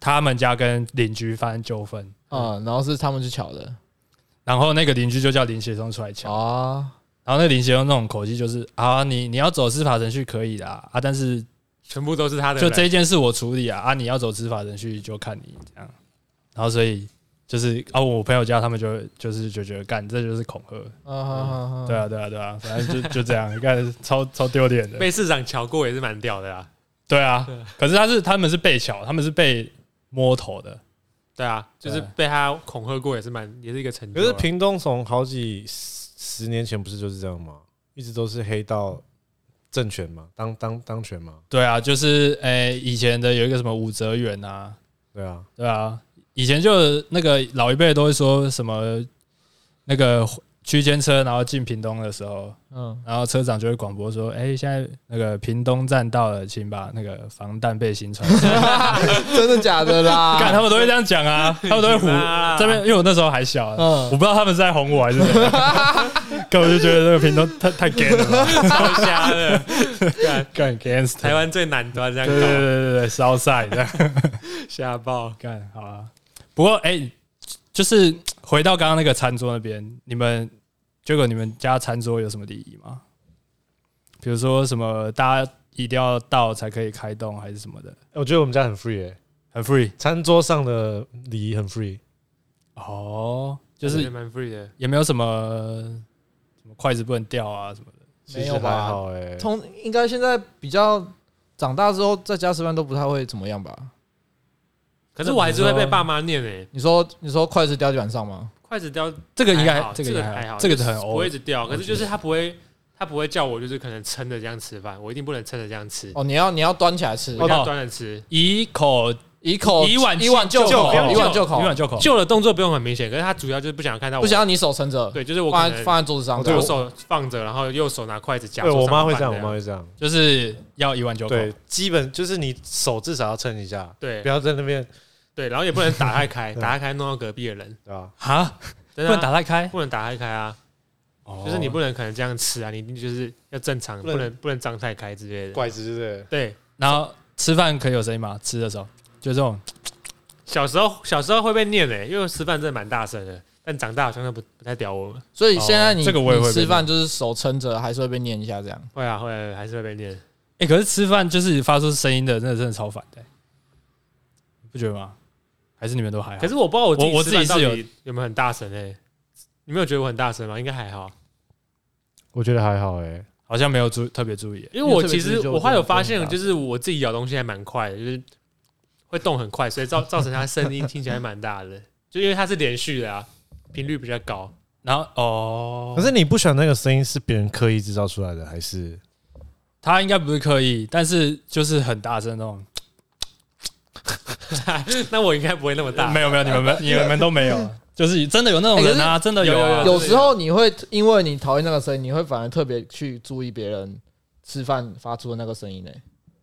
S1: 他们家跟邻居发生纠纷，
S3: 嗯，然后是他们去抢的
S1: 然后那个邻居就叫林学松出来瞧，
S3: 啊，
S1: 然后那个林学松那种口气就是啊，你你要走司法程序可以啦，啊，但是
S4: 全部都是他的
S1: 就
S4: 人，
S1: 这件事我处理啊，啊，你要走司法程序就看你这样，然后所以。就是啊，我朋友家他们就就是就觉得干，这就是恐吓，
S3: 嗯，
S1: 对啊，对啊，对啊，反正就就这样，干超超丢脸的。
S4: 被市长瞧过也是蛮屌的啦，
S1: 对啊，可是他是他们是被巧，他们是被摸头的。
S4: 对啊，就是
S1: 对
S4: 被他恐吓过也是蛮也是一个成就啊，
S2: 可是屏东从好几十十年前不是就是这样吗？一直都是黑道政权嘛，当当当权嘛，
S1: 对啊，就是诶、以前的有一个什么武则元啊，
S2: 对啊，
S1: 对啊，以前就那个老一辈都会说什么那个区间车，然后进屏东的时候，
S3: 嗯，
S1: 然后车长就会广播说：“哎、现在那个屏东站到了，请把那个防弹背心穿上。
S3: 真的假
S1: [LAUGHS]
S3: 的”
S1: 看
S3: 啦？
S1: 他们都会这样讲啊，他们都会唬
S4: 啊
S1: 这边，因为我那时候还小、啊，我不
S3: 嗯，
S1: 知道他们是在哄我还是怎么样，但我就觉得那个屏东太太 gay 了吧。
S4: 超瞎 [LAUGHS] 的，干
S1: 干 gangster，
S4: 啊台湾最难都要这
S1: 对对对
S4: 样
S1: 对对，烧晒的
S4: 搞，瞎爆，
S1: 干好啊。不过哎、就是回到刚刚那个餐桌那边，你们结果你们家餐桌有什么礼仪吗？比如说什么大家一定要到才可以开动，还是什么的？
S2: 我觉得我们家很 free 诶、
S1: 很 free
S2: 餐桌上的礼仪很 free，
S1: 哦，就
S4: 就是
S1: 是
S4: 蛮 free 的，
S1: 也没有什么什么筷子不能掉啊什么的。
S2: 其
S3: 没
S2: 实
S3: 有吧
S2: 还好欸诶、
S3: 从应该现在比较长大之后，在家吃饭都不太会怎么样吧？
S4: 可是我还是会被爸妈念诶，
S3: 你说你说筷子掉地板上吗？
S4: 筷子掉
S1: 这个应
S4: 还
S1: 该
S4: 好
S1: 这
S4: 这
S1: 个
S4: 个
S1: 还
S4: 还好
S1: 这个很
S4: 不
S1: 欧
S4: 会一直掉，可
S1: 我
S4: 是
S1: 觉得
S4: 就是他不会，他不会叫我就是可能撑着这样吃饭，我一定不能撑着这样吃，
S3: 哦，你要你要端起来吃
S4: 我，一定要端着吃。
S1: 以口
S3: 以口
S4: 哦
S1: 以碗
S3: 以碗就
S1: 就
S3: 口，
S1: 口
S3: 以碗就口
S1: 一，碗就口，
S4: 旧的动作不用很明显，可是他主要就是不想看到我，
S3: 不想要你手撑着，
S4: 对，就是我可
S3: 放在
S4: 能
S3: 放在桌子上这
S4: 左
S3: 样。
S4: 手放着，然后右手拿筷子夹。
S2: 对我妈会这样，我妈会这样。
S1: 就是要一碗就口。
S2: 对，基本就是你手至少要撑一下，
S4: 对
S2: 不要在那边，
S4: 对，然后也不能打太开，打太开弄到隔壁的人，
S2: 对吧？
S1: 啊，不
S4: 真的啊
S1: 能打太开，哦
S4: 不能打太开啊，就是你不能可能这样吃啊，你一定就是要正常，
S2: 不
S4: 不
S2: 能
S4: 能不能张太开之类的。
S2: 拐子对不对？
S4: 对，
S1: 然后吃饭可以有声音吗？吃的时候就这种，
S4: 小时候小时候会被念诶，因为吃饭真的蛮大声的，但长大好像都不不太屌我们。
S3: 所以现在你
S1: 哦这个我也会
S3: 你
S1: 被
S3: 吃饭就是手撑着，还是会被念一下这样。
S4: 会啊会啊，还是会被念。
S1: 哎、可是吃饭就是发出声音的，真的真的超烦的、你不觉得吗？还是你们都还好？
S4: 可是我不知道我自己
S1: 啊我我自己
S4: 吃饭
S1: 是
S4: 到底有没有很欸大声诶，你没有觉得我很大声吗？应该还好。
S2: 我觉得还好诶、欸
S1: 好像没有注特别注意。
S4: 因为我其
S3: 因为特别
S4: 实
S3: 注意就
S4: 我后来有发
S3: 就
S4: 现，
S3: 很大
S4: 就是我自己咬东西还蛮快的，就是会动很快，所以造造成它声音听起来蛮大的，就因为它是连续的啊，频率比较高。
S1: 然后哦，
S2: 可是你不喜欢那个声音是别人刻意制造出来的，还是
S1: 他应该不是刻意，但是就是很大声那种。
S4: 那我应该不会那么大
S1: 没，有没有，你们
S4: [LAUGHS]
S1: 没你们都没有，就是真的有那种人啊，真的有啊
S4: 哎有
S3: 有时候你会因为你讨厌那个声音，你会反而特别去注意别人吃饭发出的那个声音呢、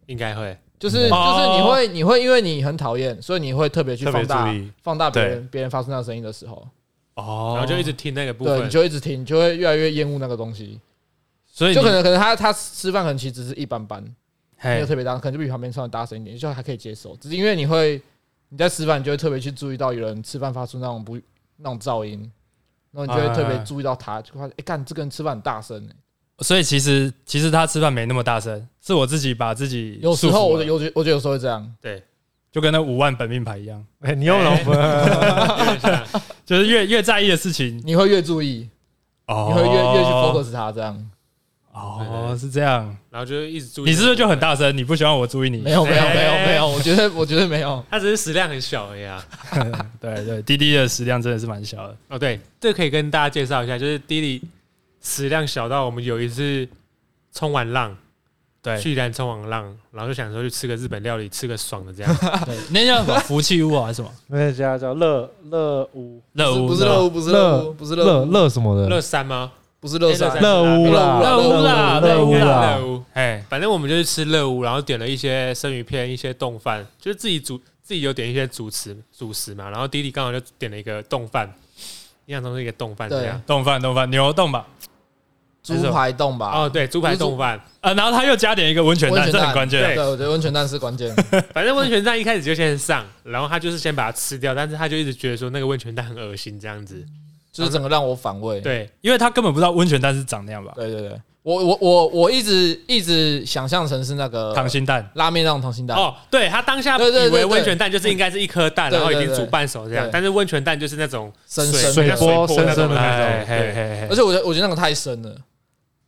S4: 应该会。
S3: 就是就是你会你会因为你很讨厌，所以你会特别去
S2: 特别
S3: 放大
S2: 注意
S3: 放大别
S2: 对
S3: 人别人发出那个声音的时候，
S1: 哦，
S4: 然后就一直听那个部
S3: 对，
S4: 分
S3: 你，就一直听，你就会越来越厌恶那个东西。
S1: 所以
S3: 就
S1: 你
S3: 可能可能他他吃饭可能其实只是一般般，没
S1: 嘿
S3: 有特别大声，可能就比旁边稍微大声一点，就还可以接受。只是因为你会你在吃饭，你就会特别去注意到有人吃饭发出那种不那种噪音，然后你就会特别注意到他，就发现哎干、这个人吃饭很大声、欸。
S1: 所以其实其实他吃饭没那么大声，是我自己把自己
S3: 有时
S1: 束
S3: 候
S1: 缚
S3: 我
S1: 了
S3: 觉我觉我觉得有时候会这样，
S1: 就跟那五万本命牌一样，
S2: [LAUGHS] 哎、你用龙 [LAUGHS] 分？
S1: 就是越越在意的事情，
S3: 你会越注意，
S1: 哦
S3: 你会越越去 focus 他这样。
S1: 哦，是这样。
S4: 然后就一直注意。
S1: 你是不是就很？大声？你不喜欢我注意你？
S3: 没有没有
S4: 哎
S3: 没有没有，我觉得我觉得没有。
S4: 它只是食量很小而已啊。
S1: [LAUGHS] 对对，滴滴的食量真的是蛮小的。
S4: 哦，对，这可以跟大家介绍一下，就是弟弟食量小到我们有一次冲完浪，
S1: 对，
S4: 去宜兰冲完浪，然后就想说去吃个日本料理，吃个爽的这样。
S3: 啊
S1: 对那叫什么福气屋啊，还是什么
S2: 那家叫乐乐屋，
S1: 乐屋？
S3: 不是
S1: 吧
S3: 乐屋，不是乐屋，不是乐
S2: 乐
S3: 屋，
S2: 乐什么的
S4: 乐山吗？
S3: 不是乐啊
S4: 哎乐
S3: 山
S4: 山，
S2: 屋啦，
S3: 乐屋
S1: 啦
S2: 乐屋
S1: 乐屋
S2: 啦
S4: 乐，屋。
S1: 哎，
S4: 反正我们就是吃乐屋，然后点了一些生鱼片、一些冻饭，就是自己煮，自己有点一些主食主食嘛。然后弟弟刚好就点了一个冻饭，印象中是一个冻饭这样。
S1: 冻饭冻饭牛肉冻吧。
S3: 猪排冻吧
S4: 哦，？对，猪排冻饭。
S1: 啊，然后他又加点一个温泉
S3: 温
S1: 蛋，
S3: 泉
S1: 这
S3: 蛋
S1: 很关键
S3: 对，。我觉得温泉蛋是关键。
S4: 反正温泉蛋一开始就先上，然后他就是先把它吃掉，但是他就一直觉得说那个温泉蛋很恶心这样
S3: 嗯
S4: 子。
S3: 就是整个让我反胃。
S4: 对，
S1: 因为他根本不知道温泉蛋是长那样吧？
S3: 对对对，我我我我一直一直想象成是那个
S1: 溏心蛋，
S3: 拉面那种溏心蛋，
S4: 哦，对他当下
S3: 对对
S4: 以
S3: 对
S4: 为
S3: 对
S4: 温泉蛋就是应该是一颗蛋，然后已
S3: 对对
S4: 经
S3: 对
S4: 煮半熟这样
S3: 对，
S4: 但是温泉蛋就是那种
S3: 深
S4: 水
S3: 深
S2: 水
S3: 的，
S2: 波
S4: 水波
S2: 深深
S1: 哎
S2: 的那
S4: 哎
S2: 种。
S1: 嘿嘿
S3: 而
S1: 嘿，
S3: 且我觉得我觉得那个太深了。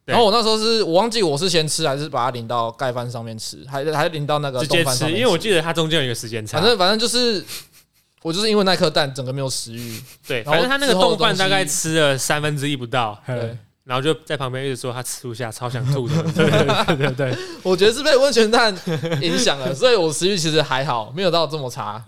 S4: 对
S3: 然后我那时候是我忘记我是先吃还是把它淋到盖饭上面吃，还是还是淋到那个
S4: 直接
S3: 冻饭
S4: 吃，
S3: 上面
S4: 因为我记得它中间有一个时间差
S3: 反。正反正就是我就是因为那颗蛋整个没有食
S4: [LAUGHS]
S3: 欲，
S4: 对，
S3: 然后
S4: 反正他那个
S3: 之后的
S4: 冻饭
S3: 东西
S4: 大概吃了三分之一不到，
S3: 对，
S4: 然后就在旁边一直说他吃不下，超想吐的。
S3: [LAUGHS]
S1: 对对 [LAUGHS] 对，
S3: 我觉得是被温泉蛋影响了，所以我食欲其实还好，没有到这么差。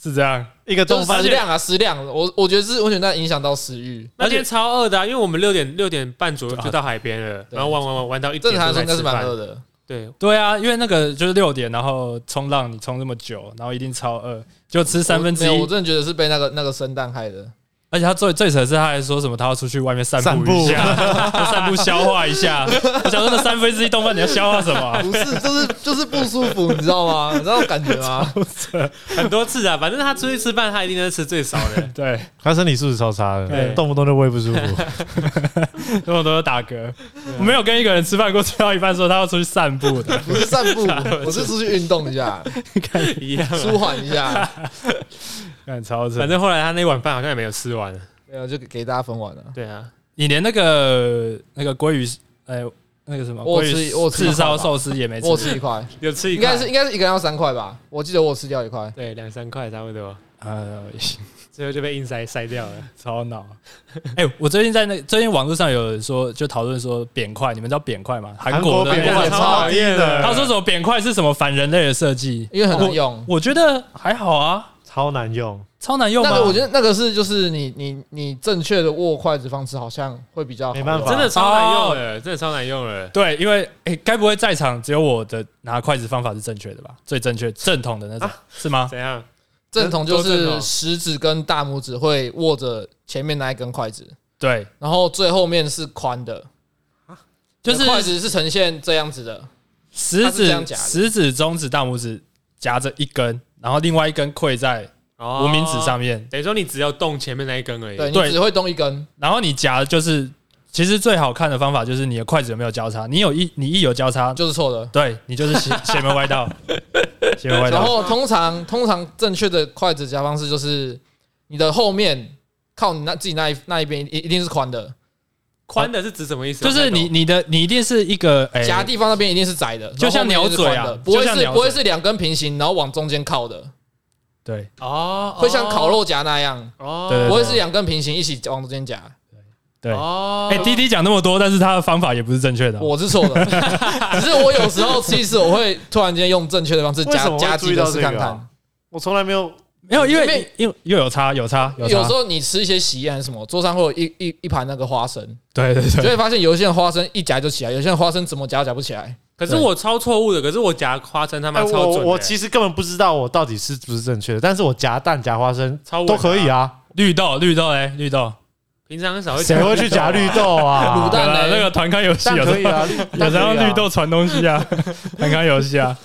S1: 是这样。
S2: 一个
S3: 就
S2: 东
S3: 是
S2: 方
S3: 食量啊，食量，我我觉得是温泉蛋影响到食欲，
S4: 那天超饿的、啊，因为我们六点六点半左右就到海边了，
S3: 啊对
S4: 然后玩玩玩玩到一点
S3: 正常来
S4: 多才
S3: 说应该
S4: 吃
S3: 是蛮
S4: 饭
S3: 饿。的。
S4: 对，
S1: 对啊，因为那个就是六点，然后冲浪你冲这么久，然后一定超饿，就吃三分之
S3: 我没有我
S1: 一。
S3: 真的觉得是被那个那个生蛋害的。
S1: 而且他最最扯的是，他还说什么他要出去外面散步一下，他 [LAUGHS] 散步消化一
S4: [LAUGHS]
S1: 下。我想说那三分之一冻饭你要消化什么啊、。
S3: 不是， [LAUGHS] 就是就是不舒服，你知道吗？你知道感觉吗？
S4: 很多次啊，反正他出去吃饭，他一定都是吃最少的
S1: [LAUGHS] 对，
S2: 他身体素质超差的，
S1: 对
S2: 动不动就胃不舒 [LAUGHS] 服。
S1: 那么多
S4: [LAUGHS]
S1: 打嗝，我没有跟一个人吃饭过，吃到一半说他要出去散步的。
S3: 不是散
S1: [LAUGHS]
S3: 步，我是出去运动一下，
S4: [LAUGHS] 一样啊。
S3: 舒缓一下。
S1: 干超扯
S4: 反正后来他那碗饭好像也没有吃完。
S3: 没有，就给大家分完了。
S4: 对啊，
S1: 你连那个那个鲑鱼，哎、那个什么
S3: 我
S1: 鲑鱼
S3: 吃我吃
S1: 炙烧寿司也没吃
S3: 我有吃一块，
S4: 有吃一
S3: 应
S4: 块
S3: 该是应该是一个人要三块吧？我记得我有吃掉一块。
S4: 对两三块差不多，
S1: 呃，
S4: 最后就被硬塞塞掉了。
S1: 超脑。哎、我最近在那最近网络上有人说，就讨论说扁块，你们知道扁块吗？韩国的
S2: 扁
S1: 那
S2: 块
S1: 个
S3: 超
S2: 讨厌的，
S1: 他说什么扁块是什么反人类的设计？
S3: 因为很难用。
S1: 我觉得还好啊，
S2: 超难用，
S1: 超难用吧。
S3: 那个我觉
S1: 得
S3: 得那个是就是你你你正确的握筷子方式好像会比较好
S2: 没办法
S4: 真的超难用了，真的超难用了。
S1: 对，因为哎，该、不会在场只有我的拿筷子方法是正确的吧？最正确正统的那种、
S3: 啊
S1: 是吗？
S4: 怎样？
S3: 正统就
S4: 都正
S3: 是
S4: 统
S3: 食指跟大拇指会握着前面那一根筷子，
S1: 对，
S3: 然后最后面是宽的，
S1: 就是
S3: 筷子是呈现这样子的。
S1: 食
S3: 它是这样
S1: 指、
S3: 夹的
S1: 食指、中指、大拇指夹着一根，然后另外一根跪在
S4: 无
S3: 哦
S1: 无名指上，面，
S4: 等于说你只要动前面那一根而已。
S3: 对你
S1: 哦对
S3: 只会动一根，
S1: 然后你夹的就是，其实最好看的方法就是你的筷子有没有交叉，你有一你一有交叉，
S3: 就是错的。
S1: 对你就是邪邪门歪
S3: [LAUGHS]
S1: 道，邪门歪
S3: 然
S1: 道。
S3: 后通常通常正确的筷子夹方式就是你的后面靠你那自己那一那一边一一定是宽的，
S4: 宽的是指什么意思？啊
S1: 就是你你的你一定是一个哎，
S3: 夹地方那边一定是窄的，
S1: 就像
S3: 然后后
S1: 鸟
S3: 面
S1: 嘴啊
S3: 是宽的不会
S1: 就像
S3: 是
S1: 鸟
S3: 不会
S1: 嘴
S3: 是两根平行，然后往中间靠的，
S1: 对
S4: 哦，
S3: 会像烤肉夹那样，
S4: 哦，
S1: 对对对
S3: 不会是两根平行一起往中间夹。
S1: 对。
S4: 哦，
S1: 哎，滴滴讲那么多，但是他的方法也不是正确的哦。
S3: 我是错
S1: [LAUGHS]
S3: 的，只是我有时候其实我会突然间用正确的方式
S2: 为什
S3: 夹
S2: 么
S3: 夹
S2: 会
S3: 几
S2: 注意
S3: 个
S2: 到
S3: 试
S2: 这
S3: 看
S2: 个
S3: 看。
S2: 啊？我从来没有
S1: 没有，因
S3: 因为
S1: 为因为又有差有差有
S3: 有
S1: 差。
S3: 时候你吃一些喜宴还是什么，桌上会有一一一盘那个花生，
S1: 对对
S3: 就
S1: 对，
S3: 会发现有一些人花生一夹就起来，有些人花生怎么夹都夹不起来。
S4: 可是我超错误的，可是我夹花生他妈
S2: 哎，
S4: 超准
S2: 我
S4: 的，
S2: 我其实根本不知道我到底是不是正确的，但是我夹蛋夹花生
S4: 超啊稳的
S2: 都
S4: 啊
S2: 可以啊，
S1: 绿豆绿豆哎，绿豆。
S4: 平常很少会
S2: 谁会去夹绿豆啊？
S3: 卤蛋
S1: 有啦
S3: 嘞
S1: 那个团康游戏
S2: 蛋
S1: 有时
S2: 可
S1: 候
S2: 以啊，
S1: [LAUGHS] 有
S2: 蛋
S1: 时
S2: 可以啊
S1: 候绿豆传东西 [LAUGHS] 啊，团康游戏啊。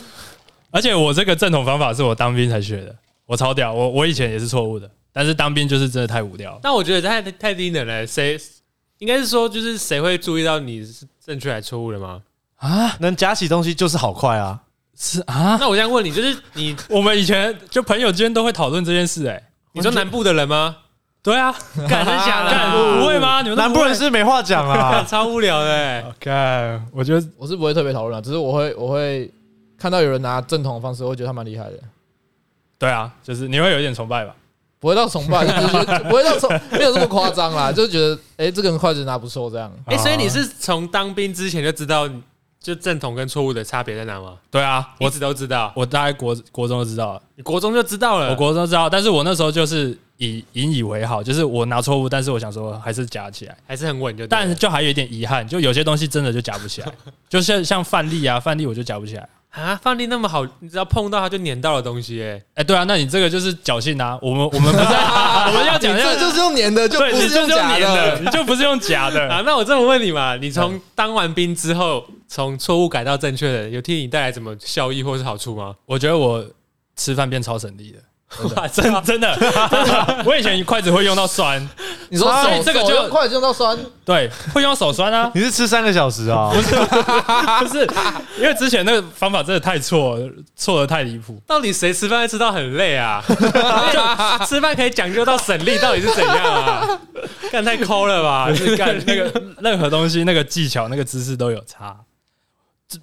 S1: 而且我这个正统方法是我当兵才学的，我超屌，我我以前也是错误的，但是当兵就是真的太无聊了。
S4: [LAUGHS] 但我觉得太太低能了，谁应该是说就是谁会注意到你是正确还是错误的吗？
S2: 能夹起东西就是好快啊。
S1: 是啊，
S4: [LAUGHS] 那我现在问你，就是你
S1: 我们以前就朋友之间都会讨论这件事、欸，哎，
S4: 你说南部的人吗？
S1: 对啊，
S4: 干真假的
S1: 干
S4: 啊？
S1: 不会吗？你们都
S2: 南
S1: 不
S2: 部
S1: 会
S2: 人是没话讲啊啦
S4: 干，超无聊的
S1: 啊
S4: 欸，
S1: 干，我觉得
S3: 我是不会特别讨论的，啊只是我会我会看到有人拿正统的方式，我会觉得他蛮厉害的，
S1: 对啊，就是你会有一点崇拜吧？
S3: 不会到崇拜，就是觉得不会到崇，没有这么夸张啦，就是觉得哎、诶这个人筷子拿不错这样。
S4: 哎，所以你是从当兵之前就知道就正统跟错误的差别在哪吗？
S1: 对啊，
S4: 我
S1: 我
S4: 一直都知道，
S1: 我大概国国中就知道了，
S4: 你国中就知道了。
S1: 我国中知道，但是我那时候就是以引以为豪，就是我拿错误，但是我想说还是夹起来。
S4: 还是很稳就对了，
S1: 但就还有一点遗憾，就有些东西真的就夹不 [LAUGHS] 起来，就像像范例啊，范例我就夹不起来。
S4: 啊，范例那么好，你只要碰到它就粘到的东西，哎，
S1: 哎、对啊，那你这个就是侥幸啊！我们我 [LAUGHS] 们不是我们要讲
S3: 你
S1: 一下
S3: 哎这，就是用粘的，就
S1: 对，
S3: 不
S1: 你
S3: 是
S1: 就是
S3: 用
S1: 用
S3: 假
S1: 粘的，嗯
S3: 的。
S1: 你就不是用夹的。 [LAUGHS]
S4: 啊，那我这么问你嘛，你从当完兵之后，从错误改到正确的，有替你带来什么效益或是好处吗？
S1: 我觉得我吃饭变超省力了。
S4: 哇
S1: [LAUGHS] 真的真的，真的，我以前筷子会用到酸，
S3: 你说
S1: 所以
S3: 手
S1: 这个
S3: 手啊
S1: 就
S3: 用筷子用到酸，
S1: 对，会用到手酸啊，
S2: [LAUGHS] 你是吃三个小时啊？
S1: 不是因为之前那个方法真的太错了，错的太离谱。
S4: 到底谁吃饭会吃到很累啊？就吃饭可以讲究到省力，到底是怎样啊？干太抠了吧？是干
S1: 干那个任何东西，那个技巧、那个姿势都有差，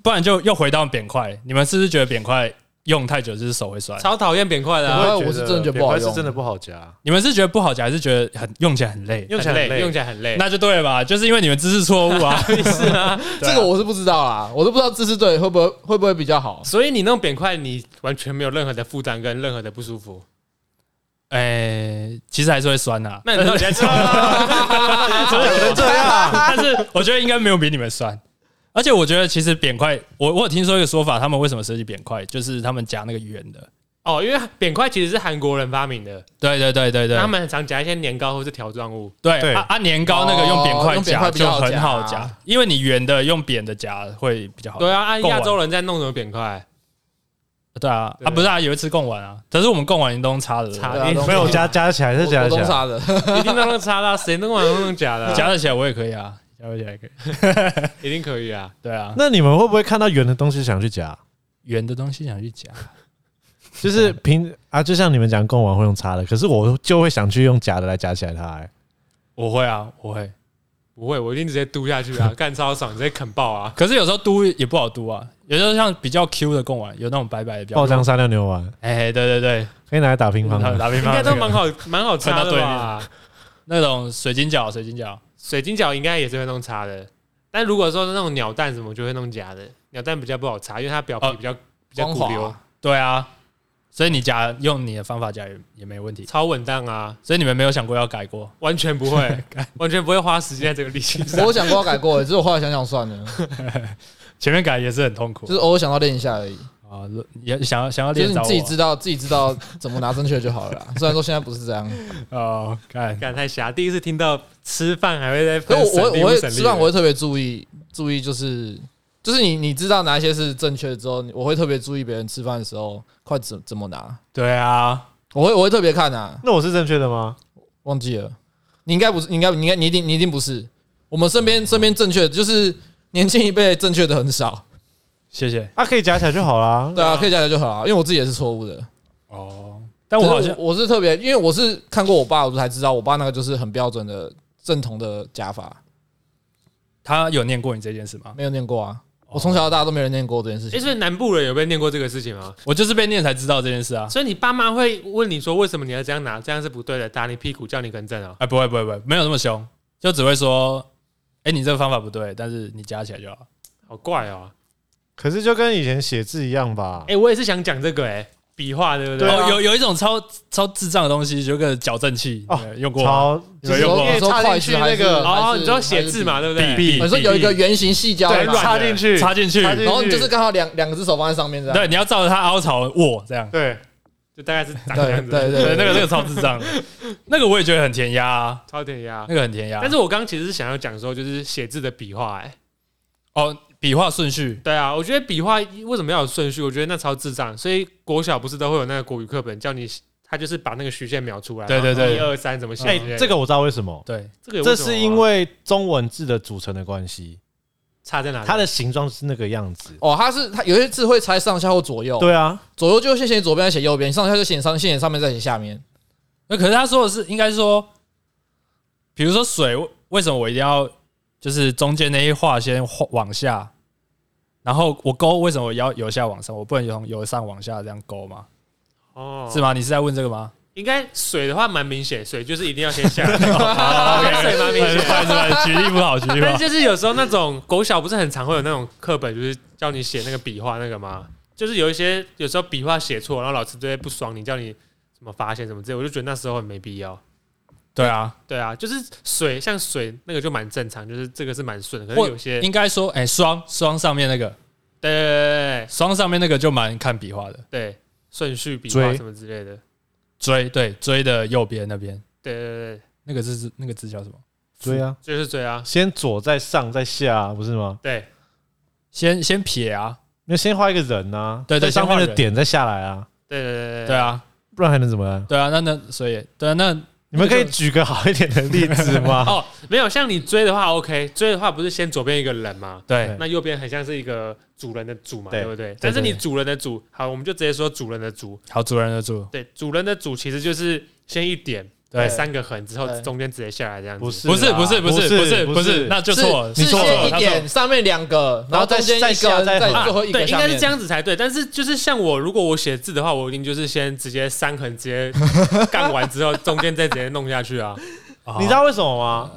S1: 不然就又回到扁块。你们是不是觉得扁块用太久就是手会酸？
S4: 超讨厌扁块的、啊，
S3: 我是真的觉得不好用
S2: 是真的不好夹，
S1: 你们是觉得不好夹，还是觉得很用起来很累？
S2: 用起来
S4: 很
S2: 很
S4: 累，
S2: 累
S4: 用起来很累。
S1: 那就对了吧，就是因为你们姿势错误 [LAUGHS] 啊。
S4: 是啊，
S1: 对
S3: 这
S1: 啊
S3: 个我是不知道啦，我都不知道姿势对会不会会不会比较好。
S4: 所以你弄扁块，你完全没有任何的负担跟任何的不舒 [LAUGHS] 服。
S1: 哎、其实还是会酸啊。
S4: 那你到底在吃什 [LAUGHS] 么？
S2: 这样
S1: 但是我觉得应该没有比你们酸。而且我觉得其实扁块，我我有听说一个说法，他们为什么设计扁块，就是他们夹那个圆的。
S4: 哦，因为扁块其实是韩国人发明的，
S1: 对对对对对，
S4: 他们很常夹一些年糕或是条状物。
S1: 对，
S2: 对
S1: 啊啊，年糕那个用扁
S3: 哦
S1: 块
S3: 用扁
S1: 夹
S3: 块比
S1: 就
S3: 较好
S1: 很好
S3: 夹
S1: 夹，因为你圆的用扁的夹会比较好。
S4: 对啊，啊，
S1: 贡丸
S4: 亚洲人在弄什么扁块？ [LAUGHS]
S1: 对啊，
S4: 对
S1: 啊不是啊，有一次贡丸啊，可是我们贡丸你都用擦的，
S4: 插
S1: 对
S3: 对啊
S2: 没有夹，夹起来，
S3: 都啊我
S2: 是夹
S3: 我
S2: 起
S3: 懂
S2: 来。
S3: 啥的，
S4: 一定让他插 [LAUGHS] 到，谁弄完都弄假的
S1: 不对
S4: 啊，
S1: 夹得起来我也可以啊，夹得起来可以。
S4: 一定可以啊。
S1: 对啊，
S2: 那你们会不会看到圆的东西想去夹？
S1: 圆的东西想去夹，
S2: 就是平啊，就像你们讲贡丸会用叉的，可是我就会想去用夹的来夹起来它、哎
S1: 我会啊，我会。
S4: 不会，我一定直接嘟下 [LAUGHS] 去啊，干超爽，直接啃爆啊！
S1: 可是有时候嘟也不好嘟啊，有时候像比较 Q 的贡丸，有那种白白的比较
S2: 爆。浆沙料牛丸
S1: 哎，对对对，
S2: 可以拿来打乒乓
S1: 打
S2: 的，
S1: 打乒
S4: 应
S1: 乓
S4: 该
S1: 那
S4: 都
S1: 个
S4: 蛮好， [LAUGHS] 蛮好插的
S1: 喷
S4: 吧
S1: 到？那种水晶饺，水晶饺。
S4: 水晶饺应该也是会弄插的，但如果说是那种鸟蛋什么，我就会弄假的。鸟蛋比较不好插，因为它表皮
S1: 哦
S4: 比较比较
S3: 光
S4: 骨
S3: 滑
S4: 溜，
S1: 对啊，所以你夹用你的方法夹也也没问题。
S4: 超稳当啊，
S1: 所以你们没有想过要改过？
S4: 完全不 [LAUGHS] 会，完全不会花时间在这个力气上。
S3: 我想过要改过，只是我后来想想算了，
S1: 前面改也是很痛苦
S3: 就。是偶尔想到练一下而已。
S1: 啊，如也想要想要
S3: 就是
S1: 练
S3: 你
S1: 找
S3: 自己知道自己知道怎么拿正确就好了啦。 [LAUGHS] 虽然说现在不是这样，
S1: 我哦，看
S4: 干太瞎，第一次听到吃饭还会在
S3: 可
S4: 分
S3: 我
S4: 省力
S3: 我我
S4: 不
S3: 会
S4: 省力
S3: 吃
S4: 的
S3: 饭我会特别注意注意，就是就是你你知道哪一些是正确的之后，我会特别注意别人吃饭的时候筷子怎么拿，
S1: 对啊，
S3: 我会我会特别看啊，
S2: 那我是正确的吗？
S3: 忘记了，你应该不是，你应该你应该你一定你一定不是，我们身边身边正确的就是年轻一辈正确的很少，
S1: 谢谢
S2: 啊，可以夹起来就好啦。
S3: 对啊，可以加起来就好了，因为我自己也是错误的。
S1: 哦。但我好
S3: 只是
S1: 像
S3: 我是特别，因为我是看过我爸，我才知道我爸那个就是很标准的正统的夹法。
S1: 他有念过你这件事吗？
S3: 没有念过啊，我从小到大都没人念过这件事
S4: 诶，
S3: 情。
S4: 所以南部人有被念过这个事情吗？
S1: 哦我就是被念才知道这件事啊。
S4: 所以你爸妈会问你说，为什么你要这样拿？这样是不对的，打你屁股叫你更正啊！
S1: 哎，不会不会不会，没有那么凶，就只会说，哎、你这个方法不对，但是你加起来就好。
S4: 好怪哦、
S2: 可是就跟以前写字一样吧
S4: 哎、。我也是想讲这个哎、笔画对不对？
S2: 对啊
S1: 哦，有有一种超超智障的东西，就个矫正器，
S2: 哦
S1: 你们用过吗？
S2: 超
S1: 有没有用过
S2: 因为插进去那个，
S3: 还
S4: 哦，
S3: 是
S4: 你说写字嘛，对不对？
S1: 笔
S3: 我哦说有一个圆形细胶
S2: 对，
S3: 嘛，
S2: 插进去，
S1: 插进去，
S2: 插进去
S3: 然后你就是刚好两两个只手放在上面这样。
S1: 对，你要照着它凹槽握这样。
S2: 对，
S4: 就大概是长这
S3: 对
S4: 样子，
S3: 对
S1: 对，
S3: 对，
S1: 那个那个超智障的，那个我也觉得很填鸭、啊，
S4: 超点压
S1: 那。个很填
S3: 啊
S1: 鸭。啊
S4: 但是我刚其实是想要讲说，就是写字的笔画，哎，
S1: 哦，笔画顺序，
S4: 对啊，我觉得笔画为什么要有顺序？我觉得那超智障。所以国小不是都会有那个国语课本叫你，他就是把那个虚线描出来，
S1: 对对对
S4: 一二三怎么写？
S2: 哎，
S1: 嗯
S2: 这
S4: 个
S2: 个我知道为什么，
S1: 对，
S4: 这个有
S2: 这
S4: 什么
S2: 是
S4: 啊
S2: 因为中文字的组成的关系，
S4: 差在哪
S1: 啊
S4: 里？
S2: 它的形状是那个样子。
S3: 哦，它是它有些字会拆上下或左
S1: 哦
S3: 右，
S2: 对啊，
S3: 左右就先写左边，再写右边，上下就写上，先写上面再写下面。
S1: 那可是他说的是，应该说，比如说水，为为什么我一定要就是中间那一画先画往下，然后我勾为什么我要由下往上，我不能从由上往下这样勾吗？
S4: 哦
S1: 是吗？你是在问这个吗？
S4: 应该水的话蛮明显，水就是一定要先 [LAUGHS] 下来，哦
S1: [LAUGHS]
S4: 水蛮明
S1: 不
S4: 显。
S1: 好意思不好意思举例不好，举例不
S4: 但是 [LAUGHS]
S1: 好。
S4: 就是有时候那种国小不是很常会有那种课本，就是叫你写那个笔画那个吗？就是有一些有时候笔画写错，然后老师就会不爽你，叫你什么罚写什么之类，我就觉得那时候很没必要。
S1: 对啊，
S4: 对啊，就是水像水那个就蛮正常，就是这个是蛮顺的。可
S1: 或
S4: 是有些对
S1: 应该说，哎，双双上面那个，
S4: 对对对
S1: 双上面那个就蛮看笔画的，
S4: 对顺序笔画
S2: 追
S4: 什么之类的，
S1: 追对追的右边那边
S4: 对对对，
S1: 那个字是那个字叫什么？
S2: 对啊，
S4: 就是追啊，
S2: 先左再上再下啊，不是吗？
S4: 对
S1: 先先撇啊，
S2: 那先画一个人啊，
S1: 对对
S2: 在上
S1: 先
S2: 面
S1: 画
S2: 的
S1: 人
S2: 点再下来啊，
S4: 对对对
S1: 对，啊，
S2: 不然还能怎么样？
S1: 对啊，那那所以对啊，那
S2: 你们可以举个好一点的例子 [LAUGHS] 吗？
S4: 哦，没有像你追的话 OK，追的话不是先左边一个人吗？
S1: 对
S2: 对
S4: 那右边很像是一个主人的主嘛，
S2: 对
S4: 对不对？但是你主人的主，好，我们就直接说主人的主。
S1: 好主人的主
S4: 对，主人的主其实就是先一点，
S1: 对
S4: 再三个横之后，
S3: 对
S4: 中间直接下来这样子。
S2: 不是
S1: 不是
S2: 啊
S1: 不是不是
S2: 不
S1: 不
S2: 是
S1: 是不是，那就错了，
S3: 是
S1: 你
S3: 是
S1: 错了，
S3: 先
S1: 他错了
S3: 一点，上面两个，
S2: 然
S3: 然后
S2: 后再
S3: 中间一
S2: 再下
S3: 个，
S2: 再
S3: 再
S2: 横
S3: 最后一
S4: 啊对，
S3: 个
S4: 应
S3: 下
S4: 该是
S3: 面
S4: 这。样子才对。但是就是像我，如果我写字的话，我一定就是先直接三横直接干完之后，中间再直接弄下去啊。
S1: 啊
S2: 你知道为什么吗？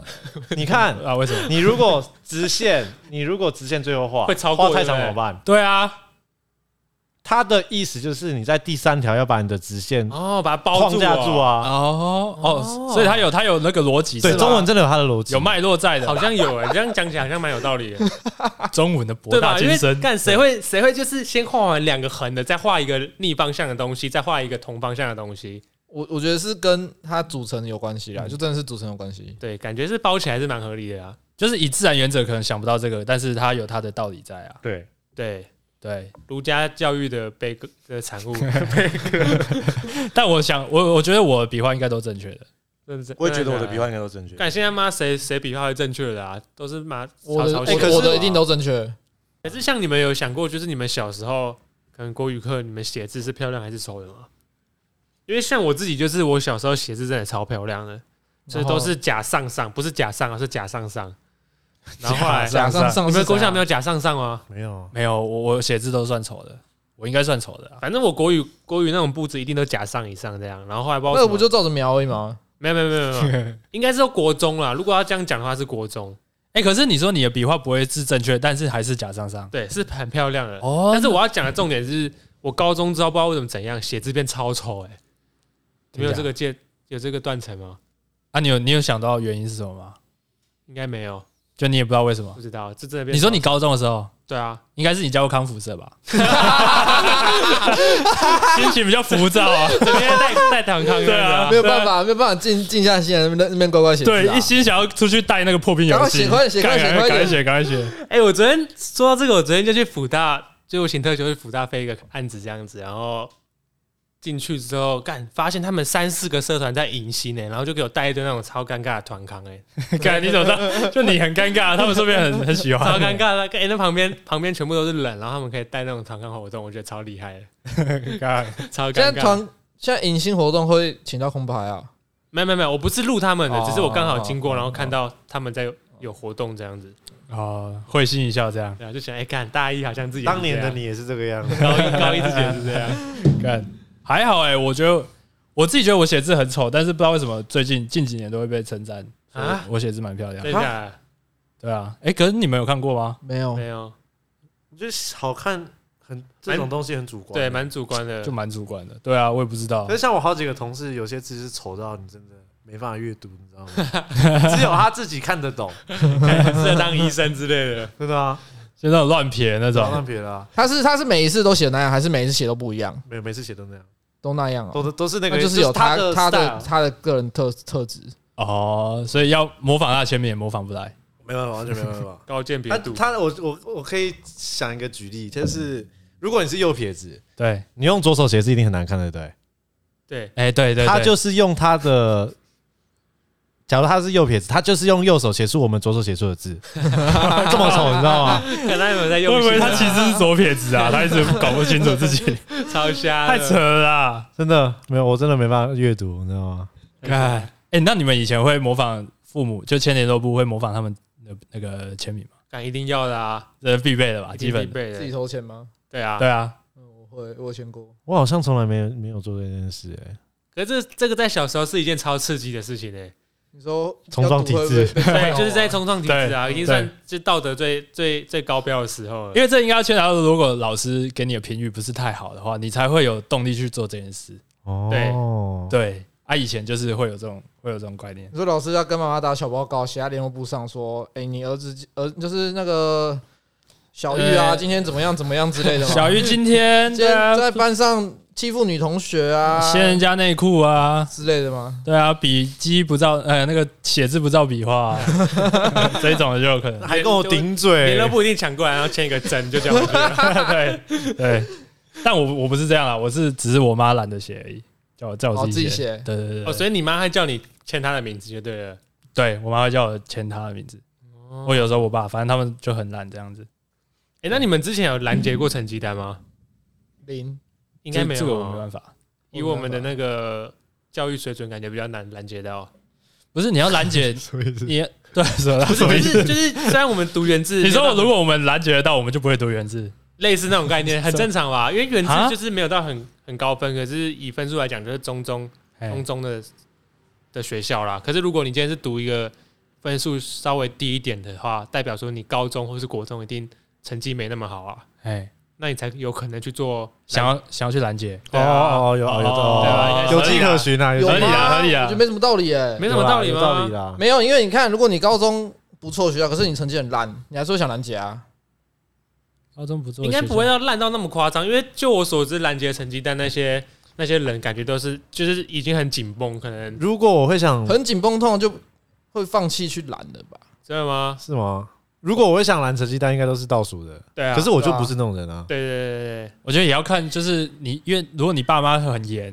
S2: 你看，
S1: 啊为什么？
S2: 你如果直 [LAUGHS] 线，你如果直线最后画
S4: 会超过
S2: 画太
S4: 对
S2: 长
S4: 不
S2: 怎
S4: 对
S2: 么办？
S1: 对啊，
S2: 它的意思就是你在第三条要把你的直线
S4: 哦，把它包
S2: 框
S4: 住
S2: 架住
S4: 啊，
S2: 啊。
S1: 哦哦，所以他有他有那个逻辑，
S2: 对，
S1: 是吧
S2: 中文真的有它的逻辑，
S1: 有脉络在
S4: 好
S1: 的，
S4: 像有哎、这样讲起来好像蛮有道理的。
S1: 中文的
S4: 对
S1: 博大
S4: 吧？因
S1: 精
S4: 为
S1: 深，
S4: 干谁会谁会就是先画完两个横的，再画一个逆方向的东西，再画一个同方向的东西。
S3: 我我觉得是跟它组成有关系啦，就真的是组成有关系。
S4: 对，感觉是包起来是蛮合理的啊。
S1: 就是以自然原则可能想不到这个，但是他有他的道理在啊，
S2: 对，
S4: 对，
S1: 对。
S4: 儒家教育的悲歌的产物，
S1: 但我想，我我觉得我的笔画应该都正确的，
S4: 真是
S5: 我也觉得我的笔。画应该都正确。
S4: 干现在妈谁谁笔画会正确的啊？都是妈
S3: 我的
S4: 抄
S3: 我
S4: 抄写
S2: 可
S3: 的
S2: 是
S3: 我的一定都正确，
S4: 可是像你们有想过，就是你们小时候可能国语课你们写字是漂亮还是丑的吗？因为像我自己，就是我小时候写字真的超漂亮的，所以都是假上上，不是假上啊，是假上
S3: [LAUGHS]
S4: 上。然后后来
S3: 假上上
S4: 你
S3: 是
S4: 们国
S3: 怎
S4: 小
S3: 样
S4: 没有假上上吗？
S2: 没有
S1: 没有我我写字都算丑的，我应该算丑的啊。
S4: 反正我国语国语那种布置一定都假上以上这样，然后后来包
S3: 那个不就照着描而已吗？
S4: 没有没有没有没有
S3: [LAUGHS]
S4: 没有，应该是国中啦。如果要这样讲的话，是国中，
S1: 哎、可是你说你的笔画不会是正确，但是还是假上上
S4: 对，是很漂亮的。
S1: 哦
S4: 但是我要讲的重点是我高中之后不知道为什么怎样写字变超丑哎、你们有这个界有这个断层吗？
S1: 啊，你有你有想到原因是什么吗？
S4: 应该没有，
S1: 就你也不知道为什么
S4: 不？知道这真的变。
S1: 你说你高中的时候，
S4: 对啊，
S1: 应该是你加入康复社吧？心情比较浮躁啊，
S4: 整天带带堂康
S1: 对啊
S3: 没有办法，没有办法静静下心来，那边那边乖乖写字啊。
S1: 对，一心想要出去带那个破冰游戏，
S3: 赶快写快点写
S1: 赶
S3: 快
S1: 赶
S3: 点
S1: 写，赶快写，
S4: 哎、我昨天说到这个，我昨天就去辅大，就我请特休去辅大飞一个案子这样子，然后进去之后，干发现他们三四个社团在迎新欸呢、然后就给我带一堆那种超尴尬的团康哎、
S1: [LAUGHS] 看你怎么知道？就你很尴尬，他们说不定很很喜
S4: 超
S1: 欢，
S4: 尴尬的。哎、那旁边旁边全部都是人，然后他们可以带那种团康活动，我觉得超厉害的，
S1: [LAUGHS] 尴尬。
S4: 超
S3: 现在
S4: 尴
S3: 团
S4: 尬。
S3: 现在迎新活动会请到空牌啊，
S4: 没有没有没有，我不是录他们的，
S3: 哦
S4: 只是我刚好经过，然后看到他们在有有活动这样子。
S1: 哦，会心一笑这样，
S4: 对啊，就想哎，干、大一好像自己也是
S2: 当年
S4: 这
S2: 的
S4: 样，
S2: 你也是这个样子，
S4: 高一高一自己也是这样，
S1: 干还好哎、我觉得我自己觉得我写字很丑，但是不知道为什么最近近几年都会被称赞
S4: 啊
S1: 啊，我写字蛮漂亮的
S4: 真。的假
S1: 对啊，哎、可是你们有看过吗？
S3: 没
S4: 的
S3: 有
S4: 没有，
S1: 哦
S2: 就是好看很这种东西很主观。
S4: 对，蛮主观的
S1: 哦就。蛮主观的。对啊，我也不知道
S2: 可。是像我好几个同事，有些字是丑到你真的没办法阅读，你知道 [LAUGHS] 吗？只有他自己看得懂，
S4: 很适合当医生之类的。
S2: 真的啊，
S1: 就那种乱撇那
S2: 早
S1: 种，
S2: 上别了啊，
S3: 他是他是每一次都写那样，还是每一次写都不一样，
S2: 没有每次写都那样，
S3: 都那样哦？
S2: 都都是那
S3: 那
S2: 个，
S3: 就是有
S2: 他
S3: 他他的
S2: style
S3: 他的个人特特质。
S1: 哦，所以要模仿他的签名也模仿不来。
S2: 没有完全没有没有没
S3: [LAUGHS]
S2: 有。
S4: 高见别
S2: 他
S4: 度，
S2: 他我我我可以想一个举例，就是如果你是右撇子，
S1: 对，
S2: 你用左手写字一定很难看，对不对？
S4: 对，
S1: 哎、对对对，
S2: 他就是用他的，假如他是右撇子，他就是用右手写出我们左手写出的字，这么丑，你知道吗？
S4: 可能有在
S1: 会
S4: 用
S1: 不会
S4: 心啊，
S1: 他其实是左撇子啊？他一直搞不清楚自
S4: [LAUGHS]
S1: 己，
S4: 超瞎
S1: 太
S4: 的，
S1: 扯了啦。
S2: 真的没有，我真的没办法阅读，你知道吗？
S1: 看，哎、那你们以前会模仿父母，就千年都不会模仿他们的那个签名吗？
S4: 干一定要的啊，
S1: 这是必备的吧，
S4: 一
S1: 基
S4: 定
S1: 本的。
S4: 必备
S3: 自
S4: 的，
S3: 己投钱吗？
S4: 对啊。
S1: 对啊，
S3: 嗯，我会，我有签过。
S2: 我好像从来没有没有做这件事、欸，
S4: 可是这这个在小时候是一件超刺激的事情诶，
S3: 你说
S2: 重装体制
S4: 对，就是在冲撞体制啊，
S1: 对
S4: 已经算是道德最最最高标的时候了。
S1: 因为这应该要牵扯到，如果老师给你的评语不是太好的话，你才会有动力去做这件事。
S2: 哦，
S1: 对啊，以前就是会有这种会有这种观念。
S3: 你说老师要跟妈妈打小报告，写在联络簿上说，哎、你儿子儿就是那个小玉啊，
S1: 呃
S3: 今天怎么样怎么样之类
S4: 啊
S3: 的吗。
S1: 小玉啊今天
S3: 今
S1: 对
S3: 天
S1: 啊，
S3: 在班上欺负女同学啊，
S1: 掀人家内裤啊，
S4: [LAUGHS]
S3: 之类的吗？
S1: 对啊，笔记不照，呃，那个写字不照笔画、啊
S4: [LAUGHS]
S1: [LAUGHS] 这种的就有可能。
S2: 还跟我顶
S4: 联
S2: 嘴
S4: 络，部一定抢过来，然后签一个真，就这样回去
S1: [LAUGHS]
S4: 了。
S1: 对对，但我我不是这样啦，我是只是我妈懒得写而已，叫我叫我
S3: 哦，自
S1: 自己
S3: 己
S1: 写。
S3: 写。
S1: 对对对，
S4: 哦，
S1: 对
S4: 所以你妈还叫你签她的名字就对了。
S1: 对我妈会叫我签她的名字。
S4: 哦
S1: 我有时候我爸，反正他们就很懒这样子，
S4: 哎，那你们之前有拦截过成绩单吗？
S3: 零，
S4: 应该没
S1: 这这
S4: 有
S1: 个我没
S4: 哦，
S1: 办法。
S4: 以我们的那个教育水准，感觉比较难拦截到。
S1: 不是你要拦
S4: [LAUGHS]
S1: 截
S2: 什么意思
S1: 你对什么
S4: 不是，
S1: 什么
S4: 就
S1: 意
S4: 是
S1: 思？
S4: 就是，虽然我们读原
S1: [LAUGHS]
S4: 字，
S1: 你说如果我们拦截得到，我们就不会读原字。
S4: 类似那种概念，很正常吧？因为原
S1: 啊
S4: 字就是没有到很很高分，可是以分数来讲，就是中中
S1: 哎
S4: 中中的的学校啦。可是如果你今天是读一个分数稍微低一点的话，代表说你高中或是国中一定成绩没那么好啊，
S1: 哎，
S4: 那你才有可能去做
S1: 想要想要去拦截，
S4: 对啊
S2: 哦哦有有
S4: 对啊
S2: 哦
S4: 应该
S2: 有迹可循啊，有
S1: 合
S2: 迹
S1: 理啦
S3: 吗
S1: 合理啦
S3: 我觉得没什么道理哎、
S4: 没什么道理吗？
S2: 有道理啦，
S3: 没有，因为你看，如果你高中不错的学校，可是你成绩很烂，你还是会想拦截啊。
S1: 高中不做
S4: 应该不会要烂到那么夸张，因为就我所知，拦截成绩单那些那些人感觉都是就是已经很紧绷，可能
S2: 如果我会想，
S3: 很紧绷痛就会放弃去拦的吧。
S4: 真的吗？
S2: 是吗？如果我会想拦成绩单，应该都是倒数的，
S4: 对啊，
S2: 可是我就
S3: 对啊
S2: 不是那种人啊。
S4: 对对对对对。
S1: 我觉得也要看，就是你，因为如果你爸妈很严，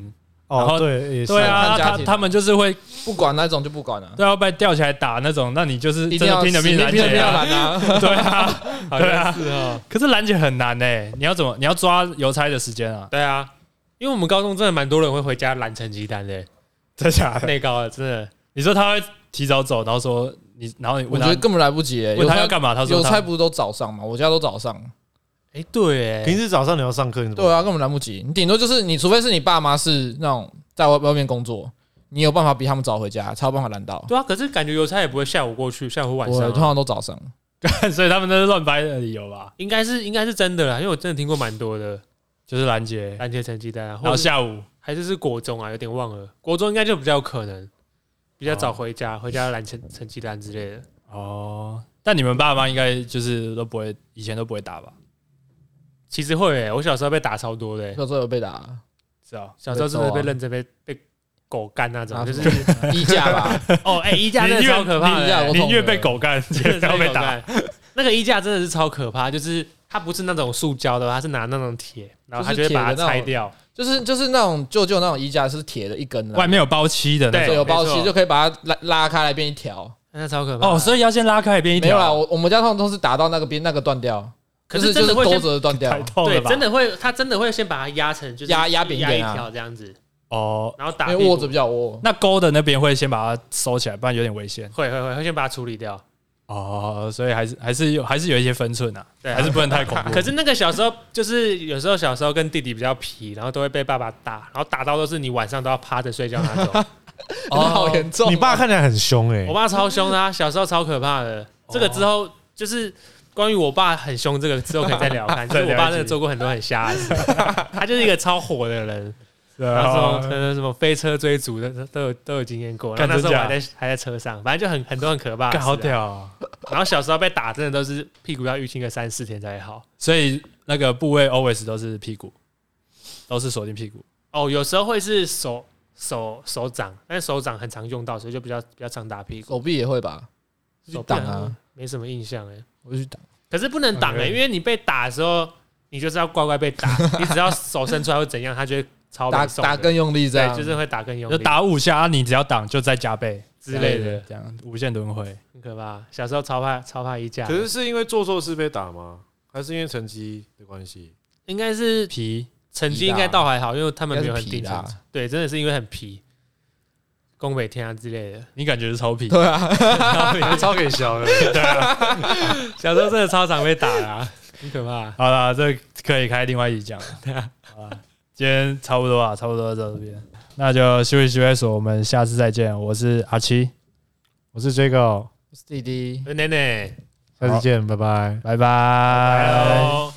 S1: 然
S2: 哦，
S1: 后
S2: 对，也是
S1: 对啊，
S3: 看
S2: [LAUGHS]
S3: 家
S1: 他
S3: 庭
S1: 他们就是会
S3: 不管那种就不管了、啊
S1: 都要被吊起来打那种，那你就是
S3: 一
S1: 真
S3: 定要
S1: 的拼了命
S3: 死
S1: 拦
S3: 拼了
S1: 截
S3: 命要
S1: 啊，
S3: 拦啊！
S1: [LAUGHS] 对啊。
S4: 好
S1: 对啊
S4: 像是哦，
S1: 可是拦截很难诶，你要怎么？你要抓邮差的时间啊？
S4: 对啊，因为我们高中真的蛮多人会回家拦成绩单
S1: [LAUGHS]
S4: 的，
S1: 啊真假？
S4: 内高的真的
S1: 你说他会提早走，然后说你，然后你
S3: 我
S1: 问
S3: 觉
S1: 他
S3: 得根本来不及、欸。
S1: 问
S3: 有
S1: 他要
S3: 差
S1: 干嘛？他说
S3: 有
S1: 他
S3: 差不是都早上嘛？我家都早上。
S4: 哎，对
S2: 平
S1: [LAUGHS]
S4: 欸，
S2: 时早上你要上课，你怎么
S3: 对啊，根本来不及。你顶多就是你，除非是你爸妈是那种在外外面工作，你有办法比他们早回家，才有办法拦到。
S4: 对啊，可是感觉邮差也不会下午过去，下午晚
S3: 我
S4: 上
S3: 通
S4: 啊
S3: 常都早上。
S1: 所以他们那是乱掰的理由吧？
S4: 应该是应该是真的啦，因为我真的听过蛮多的
S1: 就是拦截，
S4: 拦截成绩单啊，
S1: 然后
S4: 或者
S1: 下午
S4: 还是是国中啊，有点忘了，国中应该就比较有可能，比较
S2: 哦
S4: 早回家，回家拦成成绩单之类的，
S1: 哦。但你们爸妈应该就是都不会，以前都不会打吧？
S4: 其实会欸，我小时候被打超多的欸，
S3: 小时候有被打、
S1: 是啊，
S4: 小时候真的
S3: 被揍
S4: 被
S3: 啊
S4: 认真被被狗干那种，
S3: 啊
S4: 就是
S3: 衣架吧，
S4: [LAUGHS]
S3: [LAUGHS]
S4: 哦哎衣架
S1: 你
S4: 那
S1: 越
S4: 超可怕
S3: 你衣架
S4: 的
S3: 我
S4: 欸，
S1: 宁愿被狗干，也不
S4: [LAUGHS] 真的
S1: 要
S4: 超
S1: 被
S4: 有
S1: 打。
S4: 感。 [LAUGHS] 那个衣架真的是超可怕，就是它不是那种塑胶的，它是拿那种铁，然后它就会把它拆掉。
S3: 就是就是那种舅舅那种衣架是铁的一根啊的，
S1: 外面有包漆的那
S4: 对
S1: 种
S3: 有包
S4: 没
S3: 起
S4: 错
S3: 就可以把它拉拉开来变一条。
S4: 那超可怕
S1: 哦，所以要先拉开变一
S3: 没有
S1: 条
S3: 啦，，我我们家通常都是打到那个边那个断掉，
S4: 可
S3: 就是是就
S4: 真
S3: 是
S4: 的会
S3: 钩
S4: 先
S3: 子的断掉
S1: 太。痛
S4: 对
S1: 了，吧？
S4: 真的会，它真的会先把它压成就是
S3: 压压扁一
S4: 压一
S3: 点啊
S4: 条这样子，
S1: 哦，
S4: 然后打
S3: 因
S4: 屁
S3: 为
S4: 股哦
S3: 握着比较握，
S1: 那勾的那边会先把它收起来，不然有点危险。
S4: 会会会会先把它处理掉。
S1: 哦，所以还是还是有还是有一些分寸啊，
S4: 对啊
S1: 还是不能太恐怖。
S4: [LAUGHS] 可是那个小时候，就是有时候小时候跟弟弟比较皮，然后都会被爸爸打，然后打到都是你晚上都要趴着睡觉那种。
S3: 真的好严重哦。
S2: 你爸看起来很凶哎、
S4: 我爸超凶的、啊，小时候超可怕的。
S1: 哦
S4: 这个之后就是关于我爸很凶，这个之后可以再
S1: [LAUGHS]
S4: 聊看。就是我爸真的做过很多很瞎的事，他就是一个超火的人，
S1: 对
S4: 然后
S1: 啊
S4: 什，么什么飞车追逐的都有都有经验过。
S1: 干
S4: 然后那时候
S1: 真假
S4: 我还在还在车上，反正就很很多很可怕的
S1: 干好
S4: 事啊、
S1: 屌哦！
S4: 然后小时候被打，真的都是屁股要淤青个三四天才好。
S1: 所以那个部位 always 都是屁股，都是锁定屁股。
S4: 哦，有时候会是手手手掌，但是手掌很常用到，所以就比较比较常打屁股。
S3: 手臂也会吧？去
S4: 手
S3: 挡
S4: 臂
S3: 啊，，
S4: 没什么印象哎、
S3: 我就去挡。
S4: 可是不能挡哎、
S1: OK
S4: 因为你被打的时候，你就是要乖乖被打，你只要手伸出来会怎样，他就会超
S3: 打
S4: 难受的
S3: 打更用力这样，
S4: 对，就是会打更用
S1: 就
S4: 力
S1: 打五下，啊你只要挡就再加倍
S4: 之类的，，
S1: 这样无限轮回。
S4: 很可怕。小时候超怕超怕衣架的，
S2: 可是是因为做错事被打吗？还是因为成绩的关系？
S4: 应该是
S1: 皮
S4: 成绩应该倒还好，因为他们没有很
S3: 应
S4: 定
S3: 该是皮啦
S4: 成绩。对，真的是因为很皮，宫北天啊之类的。
S1: 你感觉是超皮，
S3: 对啊，
S2: 超给小的，
S1: 啊
S4: 小时候真的超常被打啊，很可怕。
S1: [LAUGHS] 好啦，这可以开另外一集讲了。好啦，今天差不多啊，差不多到这边，那就休息休息所，我们下次再见。我是阿七，
S2: 我是 Jago，
S3: 弟弟。
S4: 奶奶，
S2: 下次见，拜拜。
S1: 拜拜
S4: 拜喽。